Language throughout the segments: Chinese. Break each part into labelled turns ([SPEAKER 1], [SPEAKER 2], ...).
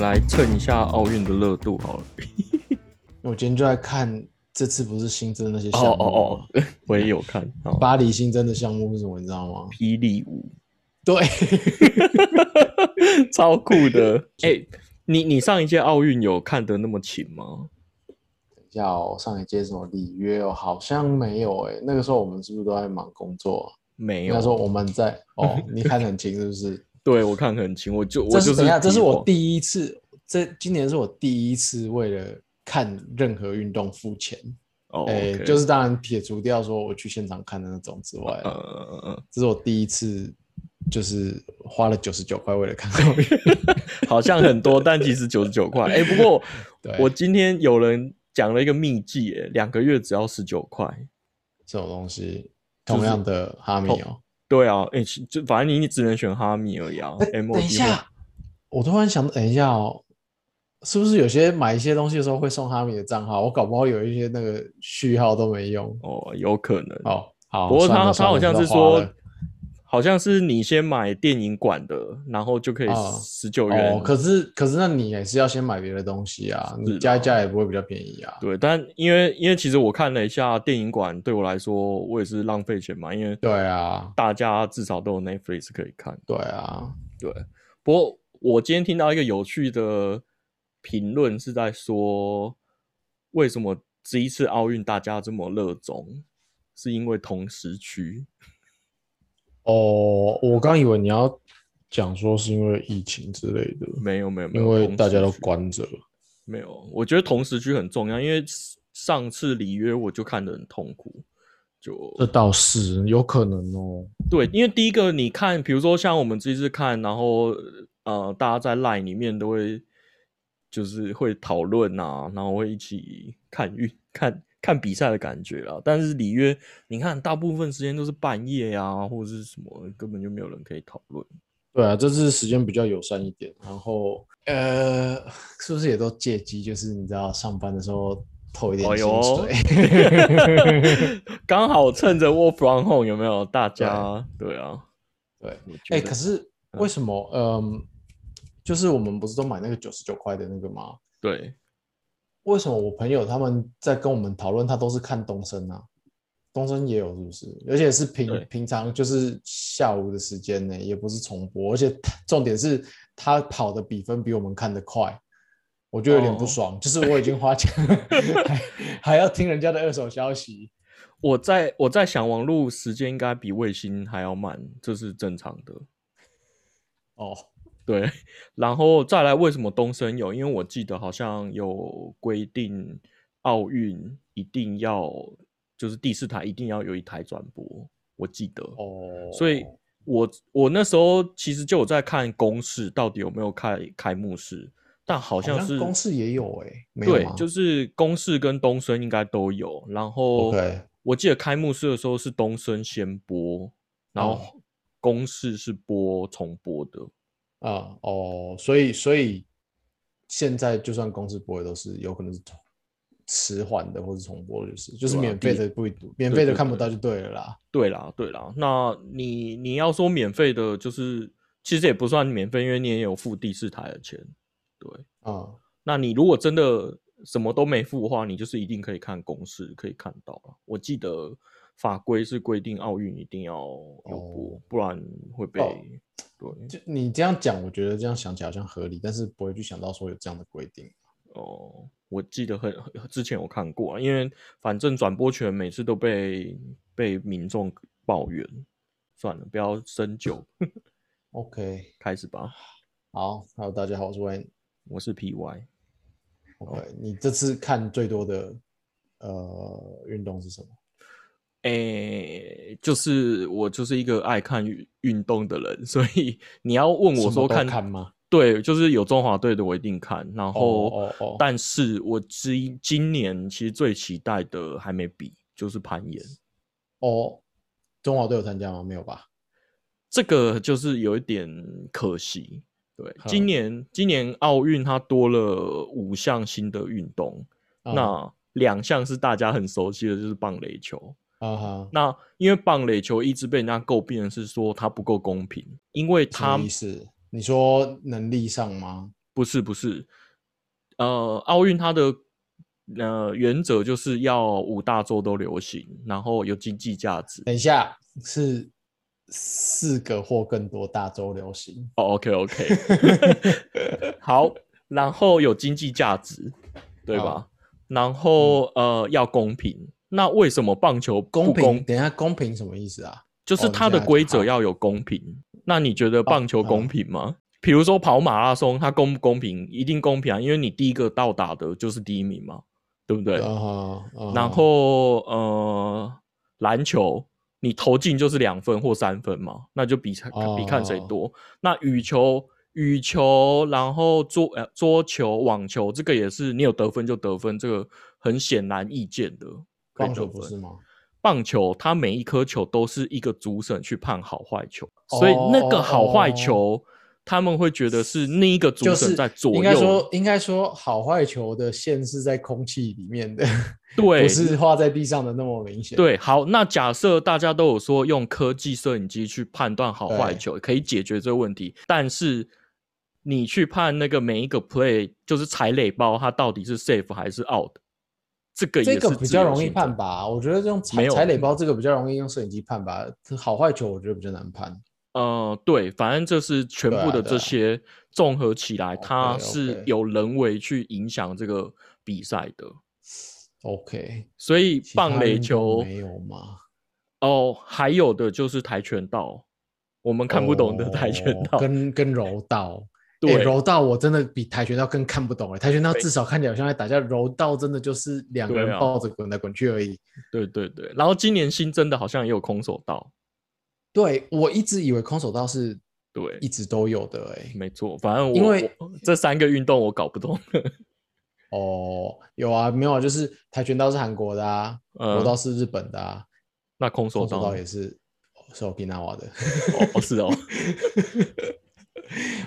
[SPEAKER 1] 来蹭一下奥运的热度好了。
[SPEAKER 2] 我今天就在看这次不是新增那些项目
[SPEAKER 1] 哦
[SPEAKER 2] 吗，
[SPEAKER 1] 哦哦，我也有 看。好，
[SPEAKER 2] 巴黎新增的项目是什么？你知道吗？
[SPEAKER 1] 霹雳舞，
[SPEAKER 2] 对，
[SPEAKER 1] 超酷的。 哎、你你上一届奥运有看得那么勤吗？
[SPEAKER 2] 叫上一届什么里约哦，好像没有哎、那个时候我们是不是都在忙工作啊？
[SPEAKER 1] 没
[SPEAKER 2] 那时
[SPEAKER 1] 有，
[SPEAKER 2] 候我们在 哦，你看得很清是不是？
[SPEAKER 1] 对我看得很勤，我就我
[SPEAKER 2] 这
[SPEAKER 1] 就是
[SPEAKER 2] 等一下，这是
[SPEAKER 1] 提
[SPEAKER 2] 我
[SPEAKER 1] 防
[SPEAKER 2] 第一次，这今年是我第一次为了看任何运动付钱。
[SPEAKER 1] 哦，
[SPEAKER 2] 哎、
[SPEAKER 1] OK
[SPEAKER 2] 就是当然撇除掉说我去现场看的那种之外，
[SPEAKER 1] 呃呃呃，
[SPEAKER 2] 这是我第一次就是花了九十九块为了看奥运。
[SPEAKER 1] 呃好像很多，但其实九十九 块。哎、不过
[SPEAKER 2] 对，
[SPEAKER 1] 我今天有人讲了一个秘技、哎，两个月只要十九块。
[SPEAKER 2] 这种东西，
[SPEAKER 1] 就是
[SPEAKER 2] 同样的哈密哦。
[SPEAKER 1] 对啊，哎、其就反正你只能选哈密而已啊。
[SPEAKER 2] 哎
[SPEAKER 1] M
[SPEAKER 2] 等一下，我突然想，等一下哦，是不是有些买一些东西的时候会送哈密的账号？我搞不好有一些那个序号都没用。
[SPEAKER 1] 哦，有可能。
[SPEAKER 2] 哦，好，
[SPEAKER 1] 不过
[SPEAKER 2] 算
[SPEAKER 1] 他
[SPEAKER 2] 了
[SPEAKER 1] 他
[SPEAKER 2] 算
[SPEAKER 1] 好
[SPEAKER 2] 了
[SPEAKER 1] 像
[SPEAKER 2] 都
[SPEAKER 1] 是
[SPEAKER 2] 花
[SPEAKER 1] 说
[SPEAKER 2] 了，
[SPEAKER 1] 好像是你先买电影馆的，然后就可以
[SPEAKER 2] 哦
[SPEAKER 1] 十九元。
[SPEAKER 2] 哦，可是可是那你也是要先买别的东西啊，
[SPEAKER 1] 是
[SPEAKER 2] 你
[SPEAKER 1] 啊
[SPEAKER 2] 加一加也不会比较便宜啊。
[SPEAKER 1] 对，但因为因为其实我看了一下电影馆，对我来说我也是浪费钱嘛，因为
[SPEAKER 2] 对啊，
[SPEAKER 1] 大家至少都有 Netflix 可以看。
[SPEAKER 2] 对啊，
[SPEAKER 1] 不过我今天听到一个有趣的评论是在说，为什么这一次奥运大家这么热衷，是因为同时区。
[SPEAKER 2] 哦，我刚以为你要讲说是因为疫情之类的，
[SPEAKER 1] 没有没有没有，
[SPEAKER 2] 因为
[SPEAKER 1] 同
[SPEAKER 2] 大
[SPEAKER 1] 时
[SPEAKER 2] 家都
[SPEAKER 1] 区
[SPEAKER 2] 关着。
[SPEAKER 1] 没有，我觉得同时区很重要，因为上次里约我就看得很痛苦，就
[SPEAKER 2] 这倒是有可能哦。
[SPEAKER 1] 对，因为第一个你看，比如说像我们这次看，然后呃，大家在 LINE 里面都会就是会讨论啊，然后会一起看运看看比赛的感觉啦。但是里约，你看大部分时间都是半夜呀、啊，或者是什么，根本就没有人可以讨 论。
[SPEAKER 2] 对啊，这次时间比较友善一点，然后呃，是不是也都借机就是你知道上班的时候偷一点
[SPEAKER 1] 哎
[SPEAKER 2] 薪
[SPEAKER 1] 呦
[SPEAKER 2] 水？
[SPEAKER 1] 刚好趁着 work from home 有没有？大家对啊，
[SPEAKER 2] 对，
[SPEAKER 1] 我觉
[SPEAKER 2] 哎、
[SPEAKER 1] 得
[SPEAKER 2] 可是为什么？嗯，就是我们不是都买那个九十九块的那个吗？
[SPEAKER 1] 对
[SPEAKER 2] 为什么我朋友他们在跟我们讨论，他都是看东升啊？东升也有是不是？而且是
[SPEAKER 1] 对
[SPEAKER 2] 平平常就是下午的时间呢，也不是重播，而且他重点是他跑的比分比我们看得快，我就有点不
[SPEAKER 1] 哦
[SPEAKER 2] 爽。就是我已经花钱 还还要听人家的二手消息，
[SPEAKER 1] 我在我在想，网络时间应该比卫星还要慢，这是正常的。
[SPEAKER 2] 哦，
[SPEAKER 1] 对，然后再来，为什么东升有？因为我记得好像有规定，奥运一定要就是第四台一定要有一台转播，我记得。
[SPEAKER 2] 哦，
[SPEAKER 1] 所以我我那时候其实就有在看公式到底有没有开开幕式，但好
[SPEAKER 2] 好
[SPEAKER 1] 像是
[SPEAKER 2] 公式也有哎、没有
[SPEAKER 1] 对
[SPEAKER 2] 吗，
[SPEAKER 1] 就是公式跟东升应该都有。然后
[SPEAKER 2] OK
[SPEAKER 1] 我记得开幕式的时候是东升先播，然
[SPEAKER 2] 哦
[SPEAKER 1] 后公式是播重播的。
[SPEAKER 2] 啊、哦，所以所以现在就算公司播的都是有可能是重迟缓的或是重播的，就是就是
[SPEAKER 1] 对啊
[SPEAKER 2] 免费
[SPEAKER 1] 第
[SPEAKER 2] 的不一免
[SPEAKER 1] 对
[SPEAKER 2] 费的
[SPEAKER 1] 对
[SPEAKER 2] 看不
[SPEAKER 1] 对
[SPEAKER 2] 到就对了啦。
[SPEAKER 1] 对啦，对啦，那你你要说免费的，就是其实也不算免费，因为你也有付第四台的钱。对，
[SPEAKER 2] 啊、
[SPEAKER 1] 那你如果真的什么都没付的话，你就是一定可以看公式，可以看到啊。我记得法规是规定奥运一定要有播，
[SPEAKER 2] 哦
[SPEAKER 1] 不然会被、
[SPEAKER 2] 哦
[SPEAKER 1] 对
[SPEAKER 2] 就你这样讲，我觉得这样想起来好像合理，但是不会去想到说有这样的规定。
[SPEAKER 1] 哦。我记得很很之前有看过、啊，因为反正转播权每次都被被民众抱怨，算了，不要深究，
[SPEAKER 2] OK，
[SPEAKER 1] 开始吧。
[SPEAKER 2] 好，Hello，大家好，我是 Wen。
[SPEAKER 1] 我是 PY。
[SPEAKER 2] OK，你这次看最多的呃运动是什么？
[SPEAKER 1] 诶、就是我就是一个爱看运运动的人，所以你要问我
[SPEAKER 2] 什么
[SPEAKER 1] 说
[SPEAKER 2] 都
[SPEAKER 1] 看
[SPEAKER 2] 看吗？
[SPEAKER 1] 对，就是有中华队的我一定看。然后，
[SPEAKER 2] 哦哦
[SPEAKER 1] 但是我今今年其实最期待的还没比，就是攀岩。
[SPEAKER 2] 哦，中华队有参加吗？没有吧？
[SPEAKER 1] 这个就是有一点可惜。对，今
[SPEAKER 2] 哼
[SPEAKER 1] 年今年奥运它多了五项新的运动，
[SPEAKER 2] 啊
[SPEAKER 1] 那两项是大家很熟悉的，就是棒垒球。
[SPEAKER 2] 啊哈，
[SPEAKER 1] 那因为棒垒球一直被人家诟病的是说它不够公平，因为
[SPEAKER 2] 什
[SPEAKER 1] 它
[SPEAKER 2] 么意思？你说能力上吗？
[SPEAKER 1] 不是不是，呃，奥运它的呃原则就是要五大洲都流行，然后有经济价值。
[SPEAKER 2] 等一下是四个或更多大洲流行，
[SPEAKER 1] 哦，OK OK，好， 然后有经济价值，对吧
[SPEAKER 2] 好？嗯
[SPEAKER 1] 然后、呃要公平，那为什么棒球不
[SPEAKER 2] 公平？
[SPEAKER 1] 公？
[SPEAKER 2] 等一下公平什么意思啊？
[SPEAKER 1] 就是
[SPEAKER 2] 哦
[SPEAKER 1] 它
[SPEAKER 2] 这
[SPEAKER 1] 的
[SPEAKER 2] 样
[SPEAKER 1] 规则
[SPEAKER 2] 好
[SPEAKER 1] 要有公平。那你觉得棒球
[SPEAKER 2] 哦
[SPEAKER 1] 公平吗？比如说跑马拉松，它公不公平？一定公平啊，因为你第一个到达的就是第一名嘛，对不对？
[SPEAKER 2] 啊哈，
[SPEAKER 1] 然后呃，篮球你投进就是两分或三分嘛，那就比看比看谁
[SPEAKER 2] 哦
[SPEAKER 1] 多。那羽球、羽球，然后桌呃桌球、网球，这个也是你有得分就得分，这个很显然易见的。可以
[SPEAKER 2] 棒球
[SPEAKER 1] 得
[SPEAKER 2] 不
[SPEAKER 1] 分
[SPEAKER 2] 是吗？
[SPEAKER 1] 棒球它每一颗球都是一个主审去判好坏球，所以那个好坏球，他们会觉得是那一个主
[SPEAKER 2] 哦就是
[SPEAKER 1] 审在左右。
[SPEAKER 2] 应该说，应该说好坏球的线是在空气里面的，
[SPEAKER 1] 对
[SPEAKER 2] 不是画在地上的那么明显。，
[SPEAKER 1] 对，好，那假设大家都有说用科技摄影机去判断好坏
[SPEAKER 2] 对
[SPEAKER 1] 球，可以解决这个问题，但是你去判那个每一个 play 就是踩垒包，它到底是 safe 还是 out，这个也
[SPEAKER 2] 这
[SPEAKER 1] 是
[SPEAKER 2] 个比
[SPEAKER 1] 自
[SPEAKER 2] 较
[SPEAKER 1] 由
[SPEAKER 2] 容易
[SPEAKER 1] 性
[SPEAKER 2] 判
[SPEAKER 1] 的。
[SPEAKER 2] 吧？我觉得用
[SPEAKER 1] 没
[SPEAKER 2] 踩
[SPEAKER 1] 有
[SPEAKER 2] 踩垒包这个比较容易用摄影机判吧，好坏球我觉得比较难判。
[SPEAKER 1] 呃，对，反正这是全
[SPEAKER 2] 对
[SPEAKER 1] 部
[SPEAKER 2] 啊
[SPEAKER 1] 的
[SPEAKER 2] 对
[SPEAKER 1] 这
[SPEAKER 2] 啊
[SPEAKER 1] 些综合起来，它
[SPEAKER 2] OK，OK
[SPEAKER 1] 是有人为去影响这个比赛的。
[SPEAKER 2] OK，
[SPEAKER 1] 所以
[SPEAKER 2] 其
[SPEAKER 1] 棒
[SPEAKER 2] 他
[SPEAKER 1] 垒
[SPEAKER 2] 运动
[SPEAKER 1] 球
[SPEAKER 2] 没有吗？
[SPEAKER 1] 哦，还有的就是跆拳道，我们看不懂的跆拳
[SPEAKER 2] 哦
[SPEAKER 1] 道。
[SPEAKER 2] 跟跟柔道。
[SPEAKER 1] 对、
[SPEAKER 2] 欸柔道我真的比跆拳道更看不懂哎、欸，跆拳道至少看起来好像在打架，柔道真的就是两个
[SPEAKER 1] 对
[SPEAKER 2] 人
[SPEAKER 1] 啊
[SPEAKER 2] 抱着滚来滚去而已。
[SPEAKER 1] 对对对，然后今年新增的好像也有空手道，
[SPEAKER 2] 对,、我一直以为空手道是
[SPEAKER 1] 对
[SPEAKER 2] 一，直都有的哎、欸。
[SPEAKER 1] 没错，反正我
[SPEAKER 2] 因为
[SPEAKER 1] 我这三个运动我搞不懂，
[SPEAKER 2] 哦，有啊，没有啊，就是跆拳道是韩国的啊，
[SPEAKER 1] 嗯
[SPEAKER 2] 柔道是日本的啊，
[SPEAKER 1] 那空手
[SPEAKER 2] 空手
[SPEAKER 1] 道
[SPEAKER 2] 道
[SPEAKER 1] 呢
[SPEAKER 2] 也是是 Okinawa 的。
[SPEAKER 1] 哦是哦，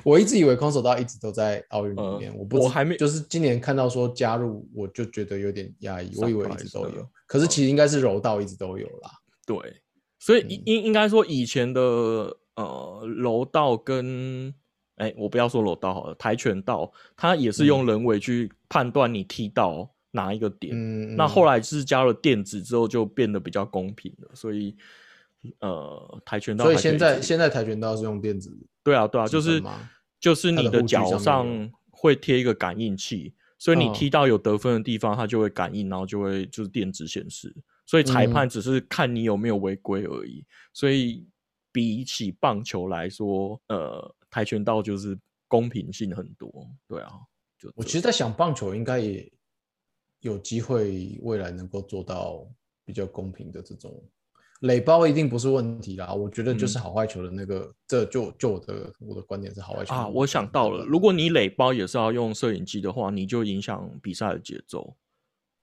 [SPEAKER 2] 我一直以为空手道一直都在奥运里面，
[SPEAKER 1] 嗯
[SPEAKER 2] 我不
[SPEAKER 1] 我
[SPEAKER 2] 知
[SPEAKER 1] 还没
[SPEAKER 2] 就是今年看到说加入，我就觉得有点压抑，我以为一直
[SPEAKER 1] Surprise，
[SPEAKER 2] 都有
[SPEAKER 1] 嗯，
[SPEAKER 2] 可是其实应该是柔道一直都有啦。
[SPEAKER 1] 对，所以
[SPEAKER 2] 嗯
[SPEAKER 1] 应应应该说以前的呃柔道跟哎我不要说柔道好了，跆拳道它也是用人为去判断你踢到哪一个点，
[SPEAKER 2] 嗯嗯，
[SPEAKER 1] 那后
[SPEAKER 2] 来
[SPEAKER 1] 来是加了电子之后就变得比较公平了，所以呃跆拳道
[SPEAKER 2] 所以
[SPEAKER 1] 还可
[SPEAKER 2] 现在
[SPEAKER 1] 一直
[SPEAKER 2] 现在跆拳道是用电子，
[SPEAKER 1] 对啊，对啊，
[SPEAKER 2] 几
[SPEAKER 1] 就
[SPEAKER 2] 分
[SPEAKER 1] 是
[SPEAKER 2] 吗
[SPEAKER 1] 就是
[SPEAKER 2] 它
[SPEAKER 1] 你
[SPEAKER 2] 的
[SPEAKER 1] 的
[SPEAKER 2] 护具上
[SPEAKER 1] 脚
[SPEAKER 2] 面
[SPEAKER 1] 上会贴一个感应器，所以你
[SPEAKER 2] 嗯
[SPEAKER 1] 踢到有得分的地方，它就会感应，然后就会就是电子显示。所以裁
[SPEAKER 2] 嗯
[SPEAKER 1] 判只是看你有没有违规而已。所以比起棒球来说，呃，跆拳道就是公平性很多。对啊，就
[SPEAKER 2] 我
[SPEAKER 1] 这
[SPEAKER 2] 其实在想棒球应该也有机会未来能够做到比较公平的这种。垒包一定不是问题啦，我觉得就是
[SPEAKER 1] 嗯
[SPEAKER 2] 好坏球的那个，这就就我的我的观点是好坏球
[SPEAKER 1] 啊，
[SPEAKER 2] 的
[SPEAKER 1] 我想到了，如果你垒包也是要用摄影机的话，你就影响比赛的节奏，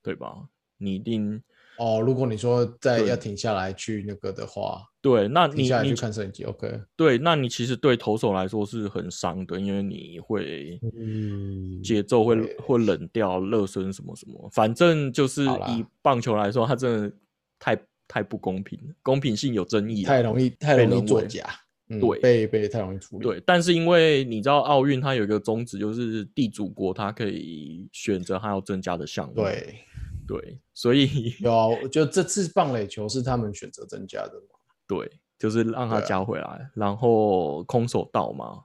[SPEAKER 1] 对吧？你一定
[SPEAKER 2] 哦，如果你说在
[SPEAKER 1] 对
[SPEAKER 2] 要停下来去那个的话，
[SPEAKER 1] 对，那你
[SPEAKER 2] 停下来
[SPEAKER 1] 你
[SPEAKER 2] 去看摄影机，OK。
[SPEAKER 1] 对，那你其实对投手来说是很伤的，因为你会
[SPEAKER 2] 嗯
[SPEAKER 1] 节奏会、
[SPEAKER 2] 对
[SPEAKER 1] 会冷掉、热身什么什么，反正就是
[SPEAKER 2] 好啦
[SPEAKER 1] 以棒球来说，它真的太太不公平了，公平性有争议啊。
[SPEAKER 2] 太容易太
[SPEAKER 1] 被
[SPEAKER 2] 容
[SPEAKER 1] 人
[SPEAKER 2] 易作
[SPEAKER 1] 为
[SPEAKER 2] 假，嗯
[SPEAKER 1] 对
[SPEAKER 2] 被被太容易处理。
[SPEAKER 1] 对，但是因为你知道奥运它有一个宗旨，就是地主国它可以选择它要增加的项目。
[SPEAKER 2] 对，
[SPEAKER 1] 对，所以
[SPEAKER 2] 有啊，我觉得这次棒垒球是他们选择增加的嘛。
[SPEAKER 1] 对，就是让它
[SPEAKER 2] 对啊
[SPEAKER 1] 加回来，然后空手道嘛，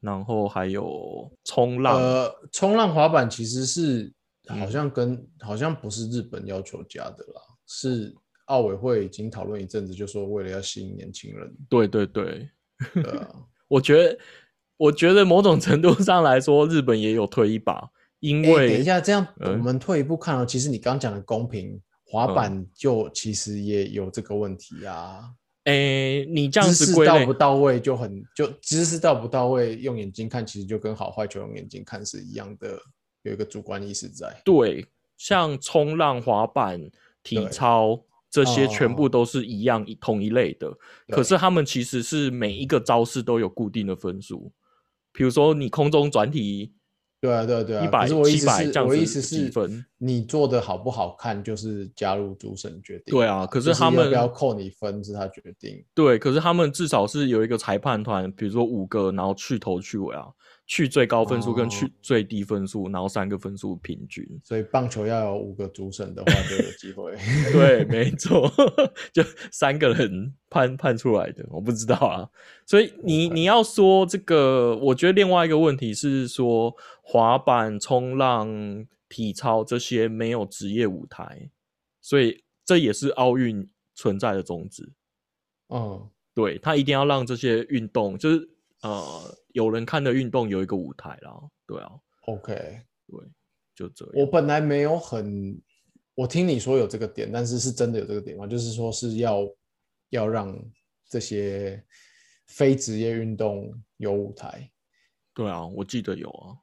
[SPEAKER 1] 然后还有冲浪。
[SPEAKER 2] 呃，冲浪滑板其实是好像跟、好像不是日本要求加的啦，是奥委会已经讨论一阵子，就说为了要吸引年轻 人，
[SPEAKER 1] 对对对，
[SPEAKER 2] 对啊，
[SPEAKER 1] 我觉得，我觉得某种程度上来说，日本也有推一把，因
[SPEAKER 2] 欸等
[SPEAKER 1] 为、
[SPEAKER 2] 一下，这样我
[SPEAKER 1] 嗯
[SPEAKER 2] 们退一步看哦。其实你刚讲的公平，滑
[SPEAKER 1] 嗯
[SPEAKER 2] 板就其实也有这个问题啊，
[SPEAKER 1] 诶，你这样
[SPEAKER 2] 知
[SPEAKER 1] 子
[SPEAKER 2] 识
[SPEAKER 1] 归
[SPEAKER 2] 到
[SPEAKER 1] 类
[SPEAKER 2] 不，到位就很就知识到不到位，用眼睛看其实就跟好坏球用眼睛看是一样的，有一个主观意识在。
[SPEAKER 1] 对，像冲浪、滑板、体
[SPEAKER 2] 对
[SPEAKER 1] 操这些，全
[SPEAKER 2] 哦
[SPEAKER 1] 部
[SPEAKER 2] 哦
[SPEAKER 1] 都是一样、一同一类的。可
[SPEAKER 2] 对
[SPEAKER 1] 是他们其实是每一个招式都有固定的分数，比如说你空中转体
[SPEAKER 2] 对啊，对啊，对啊。
[SPEAKER 1] 一百、
[SPEAKER 2] 可是我意
[SPEAKER 1] 七
[SPEAKER 2] 思
[SPEAKER 1] 百
[SPEAKER 2] 是，
[SPEAKER 1] 这样
[SPEAKER 2] 我
[SPEAKER 1] 子
[SPEAKER 2] 意思
[SPEAKER 1] 几
[SPEAKER 2] 是，
[SPEAKER 1] 分，
[SPEAKER 2] 你做的好不好看就是加入主审决定。
[SPEAKER 1] 对啊可是
[SPEAKER 2] 就
[SPEAKER 1] 他们
[SPEAKER 2] 要不要扣你分是他决定。
[SPEAKER 1] 对，可是他们至少是有一个裁判团，比如说五个，然后去头去尾啊，去最高分数跟去
[SPEAKER 2] 哦
[SPEAKER 1] 最低分数，然后三个分数平均。
[SPEAKER 2] 所以棒球要有五个主审的话就有机会。
[SPEAKER 1] 对，没错， 就三个人判判出来的，我不知道啊。所以你你要说这个，我觉得另外一个问题是说，滑板、冲浪、体操这些没有职业舞台，所以这也是奥运存在的宗旨。
[SPEAKER 2] 嗯，
[SPEAKER 1] 对他一定要让这些运动，就是呃有人看的运动有一个舞台啦。对啊，
[SPEAKER 2] OK，
[SPEAKER 1] 就这样。
[SPEAKER 2] 我本来没有很，我听你说有这个点，但是是真的有这个点吗？就是说是要要让这些非职业运动有舞台。
[SPEAKER 1] 对啊，我记得有啊。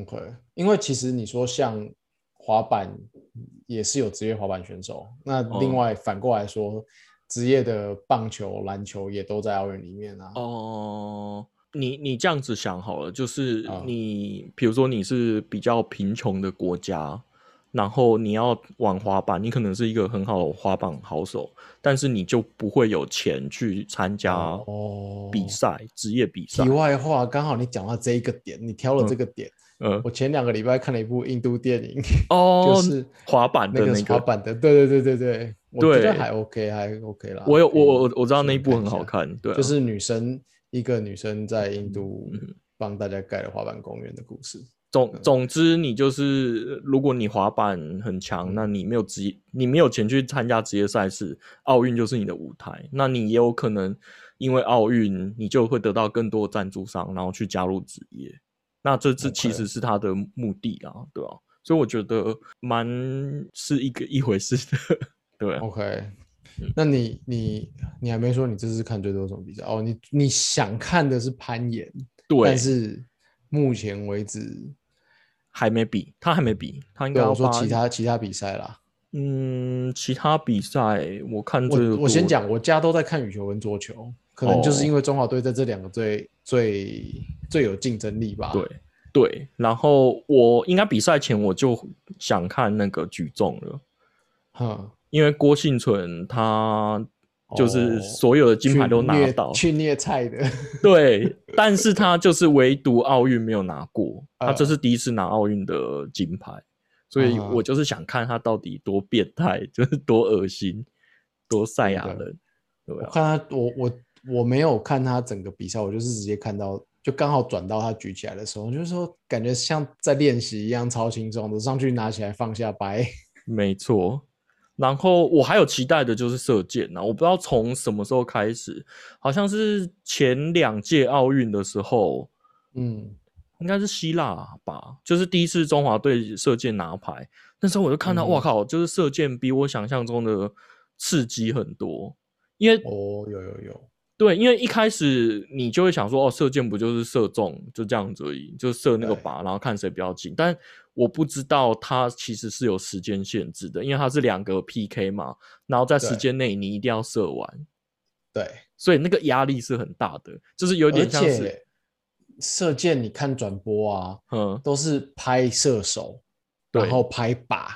[SPEAKER 2] OK，因为其实你说像滑板也是有职业滑板选手，那另
[SPEAKER 1] 哦
[SPEAKER 2] 外反过来说，职业的棒球、篮球也都在奥运里面啊。
[SPEAKER 1] 哦，你你这样子想好了，就是
[SPEAKER 2] 啊
[SPEAKER 1] 你，比如说你是比较贫穷的国家，然后你要玩滑板，你可能是一个很好的滑板好手，但是你就不会有钱去参加
[SPEAKER 2] 哦，
[SPEAKER 1] 比赛，职业比赛
[SPEAKER 2] 题。外话，刚好你讲到这一个点，你挑了这个点。
[SPEAKER 1] 呃，
[SPEAKER 2] 我前两个礼拜看了一部印度电影，
[SPEAKER 1] 哦，
[SPEAKER 2] 就是
[SPEAKER 1] 滑板的
[SPEAKER 2] 那
[SPEAKER 1] 那
[SPEAKER 2] 个滑
[SPEAKER 1] 个，
[SPEAKER 2] 板的，对对对对对，我觉
[SPEAKER 1] 对
[SPEAKER 2] 得还 OK，还 OK 啦。
[SPEAKER 1] 我有
[SPEAKER 2] 可以
[SPEAKER 1] 我我我知道那一
[SPEAKER 2] 去
[SPEAKER 1] 部很
[SPEAKER 2] 啊一
[SPEAKER 1] 好
[SPEAKER 2] 下，
[SPEAKER 1] 看，对啊，
[SPEAKER 2] 就是女生一个女生在印度
[SPEAKER 1] 嗯
[SPEAKER 2] 帮大家盖了滑板公园的故事。嗯
[SPEAKER 1] 总总之，你就是如果你滑板很强，那你没有职业，你没有钱去参加职业赛事，奥运就是你的舞台。那你也有可能因为奥运，你就会得到更多的赞助商，然后去加入职业。那这这
[SPEAKER 2] OK
[SPEAKER 1] 其实是他的目的啦，对吧、所以我觉得蛮是一个一 回事的，对啊、
[SPEAKER 2] OK，那你你你还没说你这次看最多什么比赛哦？你你想看的是攀岩，
[SPEAKER 1] 对
[SPEAKER 2] 但，是目前为止，
[SPEAKER 1] 还没比，他还没比，他应该
[SPEAKER 2] 对
[SPEAKER 1] 要
[SPEAKER 2] 我说
[SPEAKER 1] 八
[SPEAKER 2] 其
[SPEAKER 1] 月
[SPEAKER 2] 他其他比赛啦。
[SPEAKER 1] 嗯，其他比赛我看最
[SPEAKER 2] 我我先
[SPEAKER 1] 多
[SPEAKER 2] 讲，我家都在看羽球跟桌球，可能就是
[SPEAKER 1] 哦
[SPEAKER 2] 因为中华队在这两个最最最有竞争力吧。
[SPEAKER 1] 对对，然后我应该比赛前我就想看那个举重了，
[SPEAKER 2] 哼，
[SPEAKER 1] 因为郭幸存他就是
[SPEAKER 2] 哦
[SPEAKER 1] 所有的金牌
[SPEAKER 2] 去
[SPEAKER 1] 都拿
[SPEAKER 2] 虐
[SPEAKER 1] 到，
[SPEAKER 2] 去虐菜的。
[SPEAKER 1] 对，但是他就是唯独奥运没有拿过，他这
[SPEAKER 2] 呃
[SPEAKER 1] 是第一次拿奥运的金牌，所以
[SPEAKER 2] 啊
[SPEAKER 1] 我就是想看他到底多变态， 就是多恶心，多赛亚
[SPEAKER 2] 的
[SPEAKER 1] 人，对
[SPEAKER 2] 我
[SPEAKER 1] 啊，
[SPEAKER 2] 看他，我我我没有看他整个比赛，我就是直接看到，就刚好转到他举起来的时候，就是说感觉像在练习一样，超轻松的，上去拿起来放下掰。
[SPEAKER 1] 没错。然后我还有期待的就是射箭啊呐、我不知道从什么时候开始，好像是前两届奥运的时候，
[SPEAKER 2] 嗯，
[SPEAKER 1] 应该是希腊吧，就是第一次中华队射箭拿牌，那时候我就看到，
[SPEAKER 2] 嗯
[SPEAKER 1] 哇靠，就是射箭比我想象中的刺激很多，因为
[SPEAKER 2] 哦，有有有，
[SPEAKER 1] 对，因为一开始你就会想说，哦，射箭不就是射中就这样子而已，就射那个
[SPEAKER 2] 对
[SPEAKER 1] 靶，然后看谁比较近。但我不知道它其实是有时间限制的，因为它是两个 PK 嘛，然后在时
[SPEAKER 2] 对
[SPEAKER 1] 间内你一定要射完，
[SPEAKER 2] 对，
[SPEAKER 1] 所以那个压力是很大的，就是有
[SPEAKER 2] 而
[SPEAKER 1] 点像是，
[SPEAKER 2] 且射箭，你看转播啊，
[SPEAKER 1] 嗯，
[SPEAKER 2] 都是拍射手，然
[SPEAKER 1] 对
[SPEAKER 2] 后拍靶，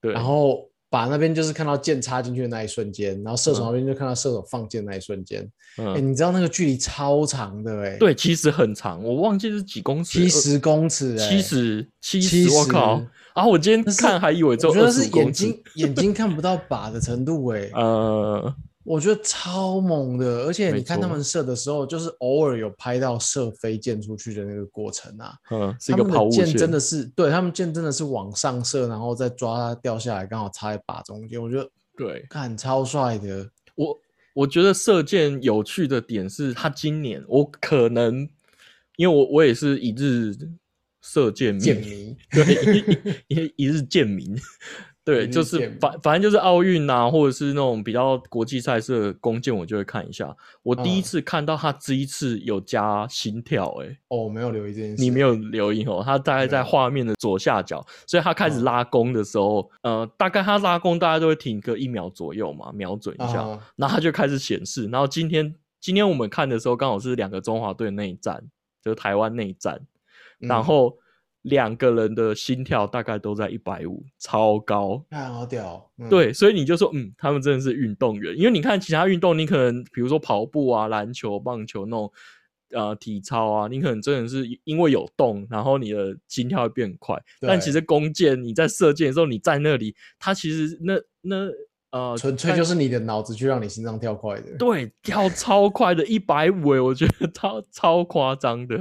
[SPEAKER 1] 对，
[SPEAKER 2] 然后靶那边就是看到箭插进去的那一瞬间，然后射手
[SPEAKER 1] 嗯
[SPEAKER 2] 那边就看到射手放箭那一瞬间。哎、
[SPEAKER 1] 嗯，
[SPEAKER 2] 你知道那个距离超长的哎、欸，
[SPEAKER 1] 对，其实很长，我忘记是几公尺，呃
[SPEAKER 2] 七十公尺、欸，
[SPEAKER 1] 七，十，七
[SPEAKER 2] 七
[SPEAKER 1] 十，我
[SPEAKER 2] 十
[SPEAKER 1] 靠！啊，我今天
[SPEAKER 2] 那是
[SPEAKER 1] 看还以为
[SPEAKER 2] 我
[SPEAKER 1] 只有
[SPEAKER 2] 觉
[SPEAKER 1] 二
[SPEAKER 2] 得
[SPEAKER 1] 十
[SPEAKER 2] 是
[SPEAKER 1] 五
[SPEAKER 2] 眼
[SPEAKER 1] 公尺，
[SPEAKER 2] 睛眼睛看不到靶的程度哎、
[SPEAKER 1] 呃，
[SPEAKER 2] 我觉得超猛的，而且
[SPEAKER 1] 没
[SPEAKER 2] 你看
[SPEAKER 1] 错
[SPEAKER 2] 他们射的时候，就是偶尔有拍到射飞箭出去的那个过程啊，
[SPEAKER 1] 嗯，是一
[SPEAKER 2] 他
[SPEAKER 1] 个
[SPEAKER 2] 们
[SPEAKER 1] 抛
[SPEAKER 2] 的
[SPEAKER 1] 物
[SPEAKER 2] 箭
[SPEAKER 1] 线，
[SPEAKER 2] 真的是，对他们箭真的是往上射，然后再抓它掉下来，刚好插在靶中间，我觉得
[SPEAKER 1] 对。
[SPEAKER 2] 看超帅的，
[SPEAKER 1] 我我觉得射箭有趣的点是，他今年我可能因为我我也是一日射箭迷，
[SPEAKER 2] 箭迷，
[SPEAKER 1] 对，一一一日箭迷，对，
[SPEAKER 2] 一日
[SPEAKER 1] 就是
[SPEAKER 2] 箭迷
[SPEAKER 1] 反反正就是奥运啊，或者是那种比较国际赛事的弓箭，我就会看一下。我第一
[SPEAKER 2] 嗯
[SPEAKER 1] 次看到他这一次有加心跳、欸，
[SPEAKER 2] 哦，我没有留意这件事，
[SPEAKER 1] 你没有留意哦，他大概在
[SPEAKER 2] 没有
[SPEAKER 1] 画面的左下角，所以他开始
[SPEAKER 2] 嗯
[SPEAKER 1] 拉弓的时候，呃，大概他拉弓大概都会停个一秒左右嘛，瞄准一下，
[SPEAKER 2] 啊
[SPEAKER 1] 然后它就开始显示。然后今天今天我们看的时候，刚好是两个中华队内战，就是台湾内战。
[SPEAKER 2] 嗯
[SPEAKER 1] 然后两个人的心跳大概都在一百五，超高。
[SPEAKER 2] 看好屌哦，嗯，
[SPEAKER 1] 对，所以你就说，嗯，他们真的是运动员，因为你看其他运动，你可能比如说跑步啊、篮球、棒球那种，呃，体操啊，你可能真的是因为有动，然后你的心跳会变很快。但其
[SPEAKER 2] 对
[SPEAKER 1] 实弓箭，你在射箭的时候，你站那里，它其实那那呃，
[SPEAKER 2] 纯粹就是你的脑子去让你心脏跳快的。
[SPEAKER 1] 对，跳超快的，一百五，欸我觉得超超夸张的。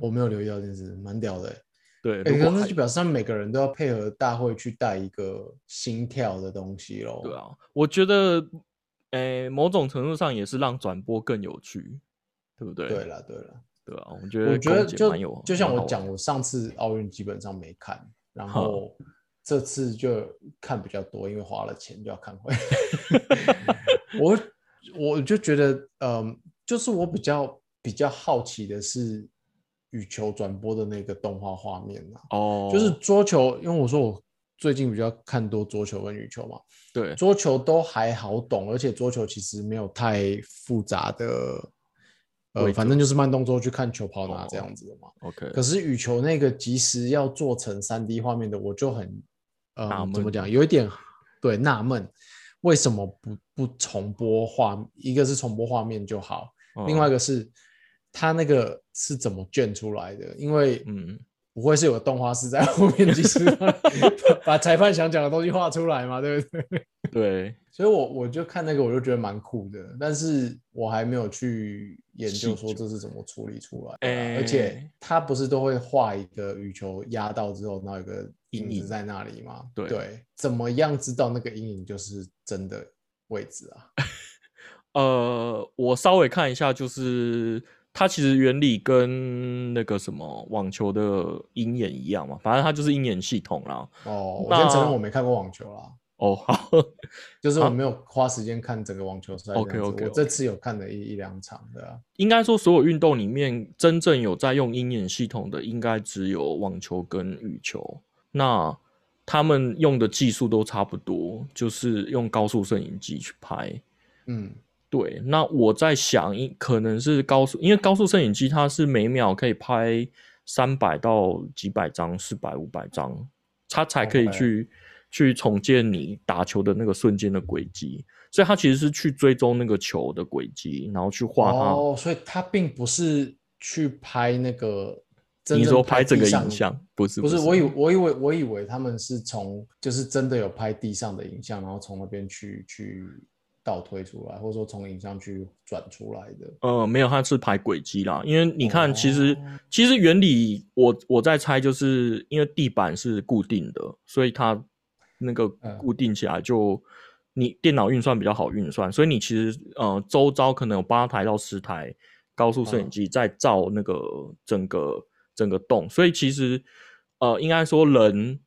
[SPEAKER 2] 我没有留意到这件事，蛮屌的欸。
[SPEAKER 1] 对，
[SPEAKER 2] 哎、
[SPEAKER 1] 如
[SPEAKER 2] 可
[SPEAKER 1] 果
[SPEAKER 2] 能
[SPEAKER 1] 还
[SPEAKER 2] 那就表示他们每个人都要配合大会去带一个心跳的东西咯。
[SPEAKER 1] 对，啊，我觉得，诶、某种程度上也是让转播更有趣，对不对？
[SPEAKER 2] 对了，对了，
[SPEAKER 1] 对啊，我觉得
[SPEAKER 2] 我觉得
[SPEAKER 1] 空姐
[SPEAKER 2] 就
[SPEAKER 1] 蛮有，
[SPEAKER 2] 就像
[SPEAKER 1] 蛮好
[SPEAKER 2] 我
[SPEAKER 1] 玩
[SPEAKER 2] 讲，
[SPEAKER 1] 的，
[SPEAKER 2] 我上次奥运基本上没看，然
[SPEAKER 1] 好
[SPEAKER 2] 后这次就看比较多，因为花了钱就要看回来。 我我就觉得，嗯，就是我比较比较好奇的是羽球转播的那个动画画面啊，
[SPEAKER 1] 哦，
[SPEAKER 2] 就是桌球，因为我说我最近比较看多桌球跟羽球嘛，
[SPEAKER 1] 对，
[SPEAKER 2] 桌球都还好懂，而且桌球其实没有太复杂的，
[SPEAKER 1] 规
[SPEAKER 2] 呃，
[SPEAKER 1] 则
[SPEAKER 2] 反正就是慢动作去看球跑哪
[SPEAKER 1] 哦
[SPEAKER 2] 这样子的嘛。
[SPEAKER 1] OK，
[SPEAKER 2] 可是羽球那个即时要做成三 D 画面的，我就很，
[SPEAKER 1] 纳
[SPEAKER 2] 呃，
[SPEAKER 1] 闷
[SPEAKER 2] 怎么讲，有一点对纳闷，为什么不不重播画？一个是重播画面就好，另外一
[SPEAKER 1] 个，
[SPEAKER 2] 个是它那个是怎么卷出来的？因为
[SPEAKER 1] 嗯，
[SPEAKER 2] 不会是有个动画师在后面即时把 把裁判想讲的东西画出来嘛，对不对？
[SPEAKER 1] 对，
[SPEAKER 2] 所以我我就看那个，我就觉得蛮酷的，但是我还没有去研究说这是怎么处理出来的啊、
[SPEAKER 1] 哎
[SPEAKER 2] 而且他不是都会画一个羽球压到之后，然后有个影
[SPEAKER 1] 阴影
[SPEAKER 2] 子在那里吗？
[SPEAKER 1] 对
[SPEAKER 2] 怎么样知道那个阴影就是真的位置啊？
[SPEAKER 1] 呃，我稍微看一下，就是它其实原理跟那个什么网球的鹰眼一样嘛，反正它就是鹰眼系统啦。
[SPEAKER 2] 哦，我
[SPEAKER 1] 那
[SPEAKER 2] 先承认我没看过网球啦，
[SPEAKER 1] 哦，好，
[SPEAKER 2] 就是我没有花时间看整个网球赛这样子。
[SPEAKER 1] 啊 OK，OK，OK
[SPEAKER 2] 我这次有看了一一两场的啊、
[SPEAKER 1] 应该说所有运动里面真正有在用鹰眼系统的，应该只有网球跟羽球。那他们用的技术都差不多，就是用高速摄影机去拍。
[SPEAKER 2] 嗯，
[SPEAKER 1] 对，那我在想，应可能是高速，因为高速摄影机它是每秒可以拍三百到几百张、四百、五百张，它才可以
[SPEAKER 2] 哦 OK
[SPEAKER 1] 去去重建你打球的那个瞬间的轨迹，所以它其实是去追踪那个球的轨迹，然后去画它。
[SPEAKER 2] 哦，所以他并不是去拍那个真
[SPEAKER 1] 你
[SPEAKER 2] 正
[SPEAKER 1] 说拍
[SPEAKER 2] 地
[SPEAKER 1] 整个
[SPEAKER 2] 上
[SPEAKER 1] 影像，不是
[SPEAKER 2] 不是，
[SPEAKER 1] 是
[SPEAKER 2] 我以我以为我以为他们是从就是真的有拍地上的影像，然后从那边去去倒推出来，或者说从影像去转出来的。
[SPEAKER 1] 呃，没有，它是排轨迹啦。因为你看，其实、
[SPEAKER 2] 哦
[SPEAKER 1] 其实原理我我在猜，就是因为地板是固定的，所以它那个
[SPEAKER 2] 嗯
[SPEAKER 1] 固定起来就、你电脑运算比较好运算，所以你其实呃周遭可能有八台到十台高速摄影
[SPEAKER 2] 嗯
[SPEAKER 1] 机在照那个整个整个洞，所以其实呃应该说人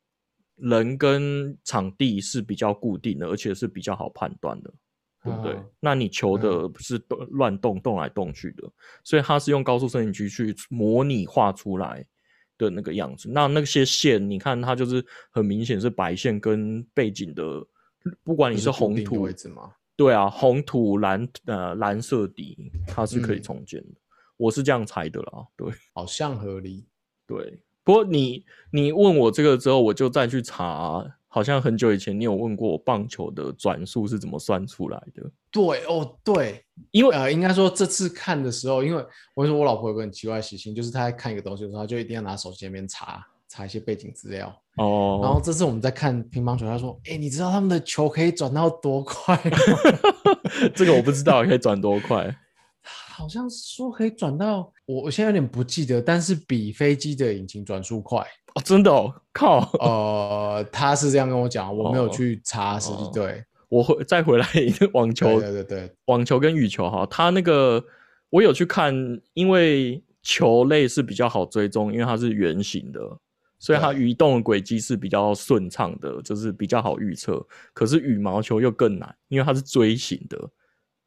[SPEAKER 1] 人跟场地是比较固定的，而且是比较好判断的。对不对？
[SPEAKER 2] 嗯
[SPEAKER 1] 那你球的不是动乱动、动来动去的，所以它是用高速摄影机去模拟画出来的那个样子。那那些线，你看它就是很明显是白线跟背景的，不管你
[SPEAKER 2] 就是
[SPEAKER 1] 是
[SPEAKER 2] 固
[SPEAKER 1] 红
[SPEAKER 2] 定的
[SPEAKER 1] 土
[SPEAKER 2] 位，置吗？
[SPEAKER 1] 对啊，红土蓝呃蓝色底，它是可以
[SPEAKER 2] 嗯
[SPEAKER 1] 重建的。我是这样猜的啦，对。
[SPEAKER 2] 好像合理。
[SPEAKER 1] 对，不过你你问我这个之后，我就再去查，好像很久以前你有问过我棒球的转速是怎么算出来的，
[SPEAKER 2] 对哦，对，
[SPEAKER 1] 因为
[SPEAKER 2] 呃，应该说这次看的时候，因为我跟你说我老婆有个很奇怪的习性，就是她在看一个东西的时候，她就一定要拿手机那边查查一些背景资料。
[SPEAKER 1] 哦，
[SPEAKER 2] 然后这次我们在看乒乓球，她说：“哎，你知道他们的球可以转到多快吗？”
[SPEAKER 1] 这个我不知道，可以转多快？
[SPEAKER 2] 好像是说可以转到我，我现在有点不记得，但是比飞机的引擎转速 快。
[SPEAKER 1] 哦，真的哦，靠！
[SPEAKER 2] 呃，他是这样跟我讲，我没有
[SPEAKER 1] 哦
[SPEAKER 2] 去查实际
[SPEAKER 1] 哦
[SPEAKER 2] 对，
[SPEAKER 1] 我回再回来网球，
[SPEAKER 2] 对对对对，
[SPEAKER 1] 网球跟羽球哈，它那个我有去看，因为球类是比较好追踪，因为它是圆形的，所以它
[SPEAKER 2] 对
[SPEAKER 1] 移动的轨迹是比较顺畅的，就是比较好预测。可是羽毛球又更难，因为它是锥形的，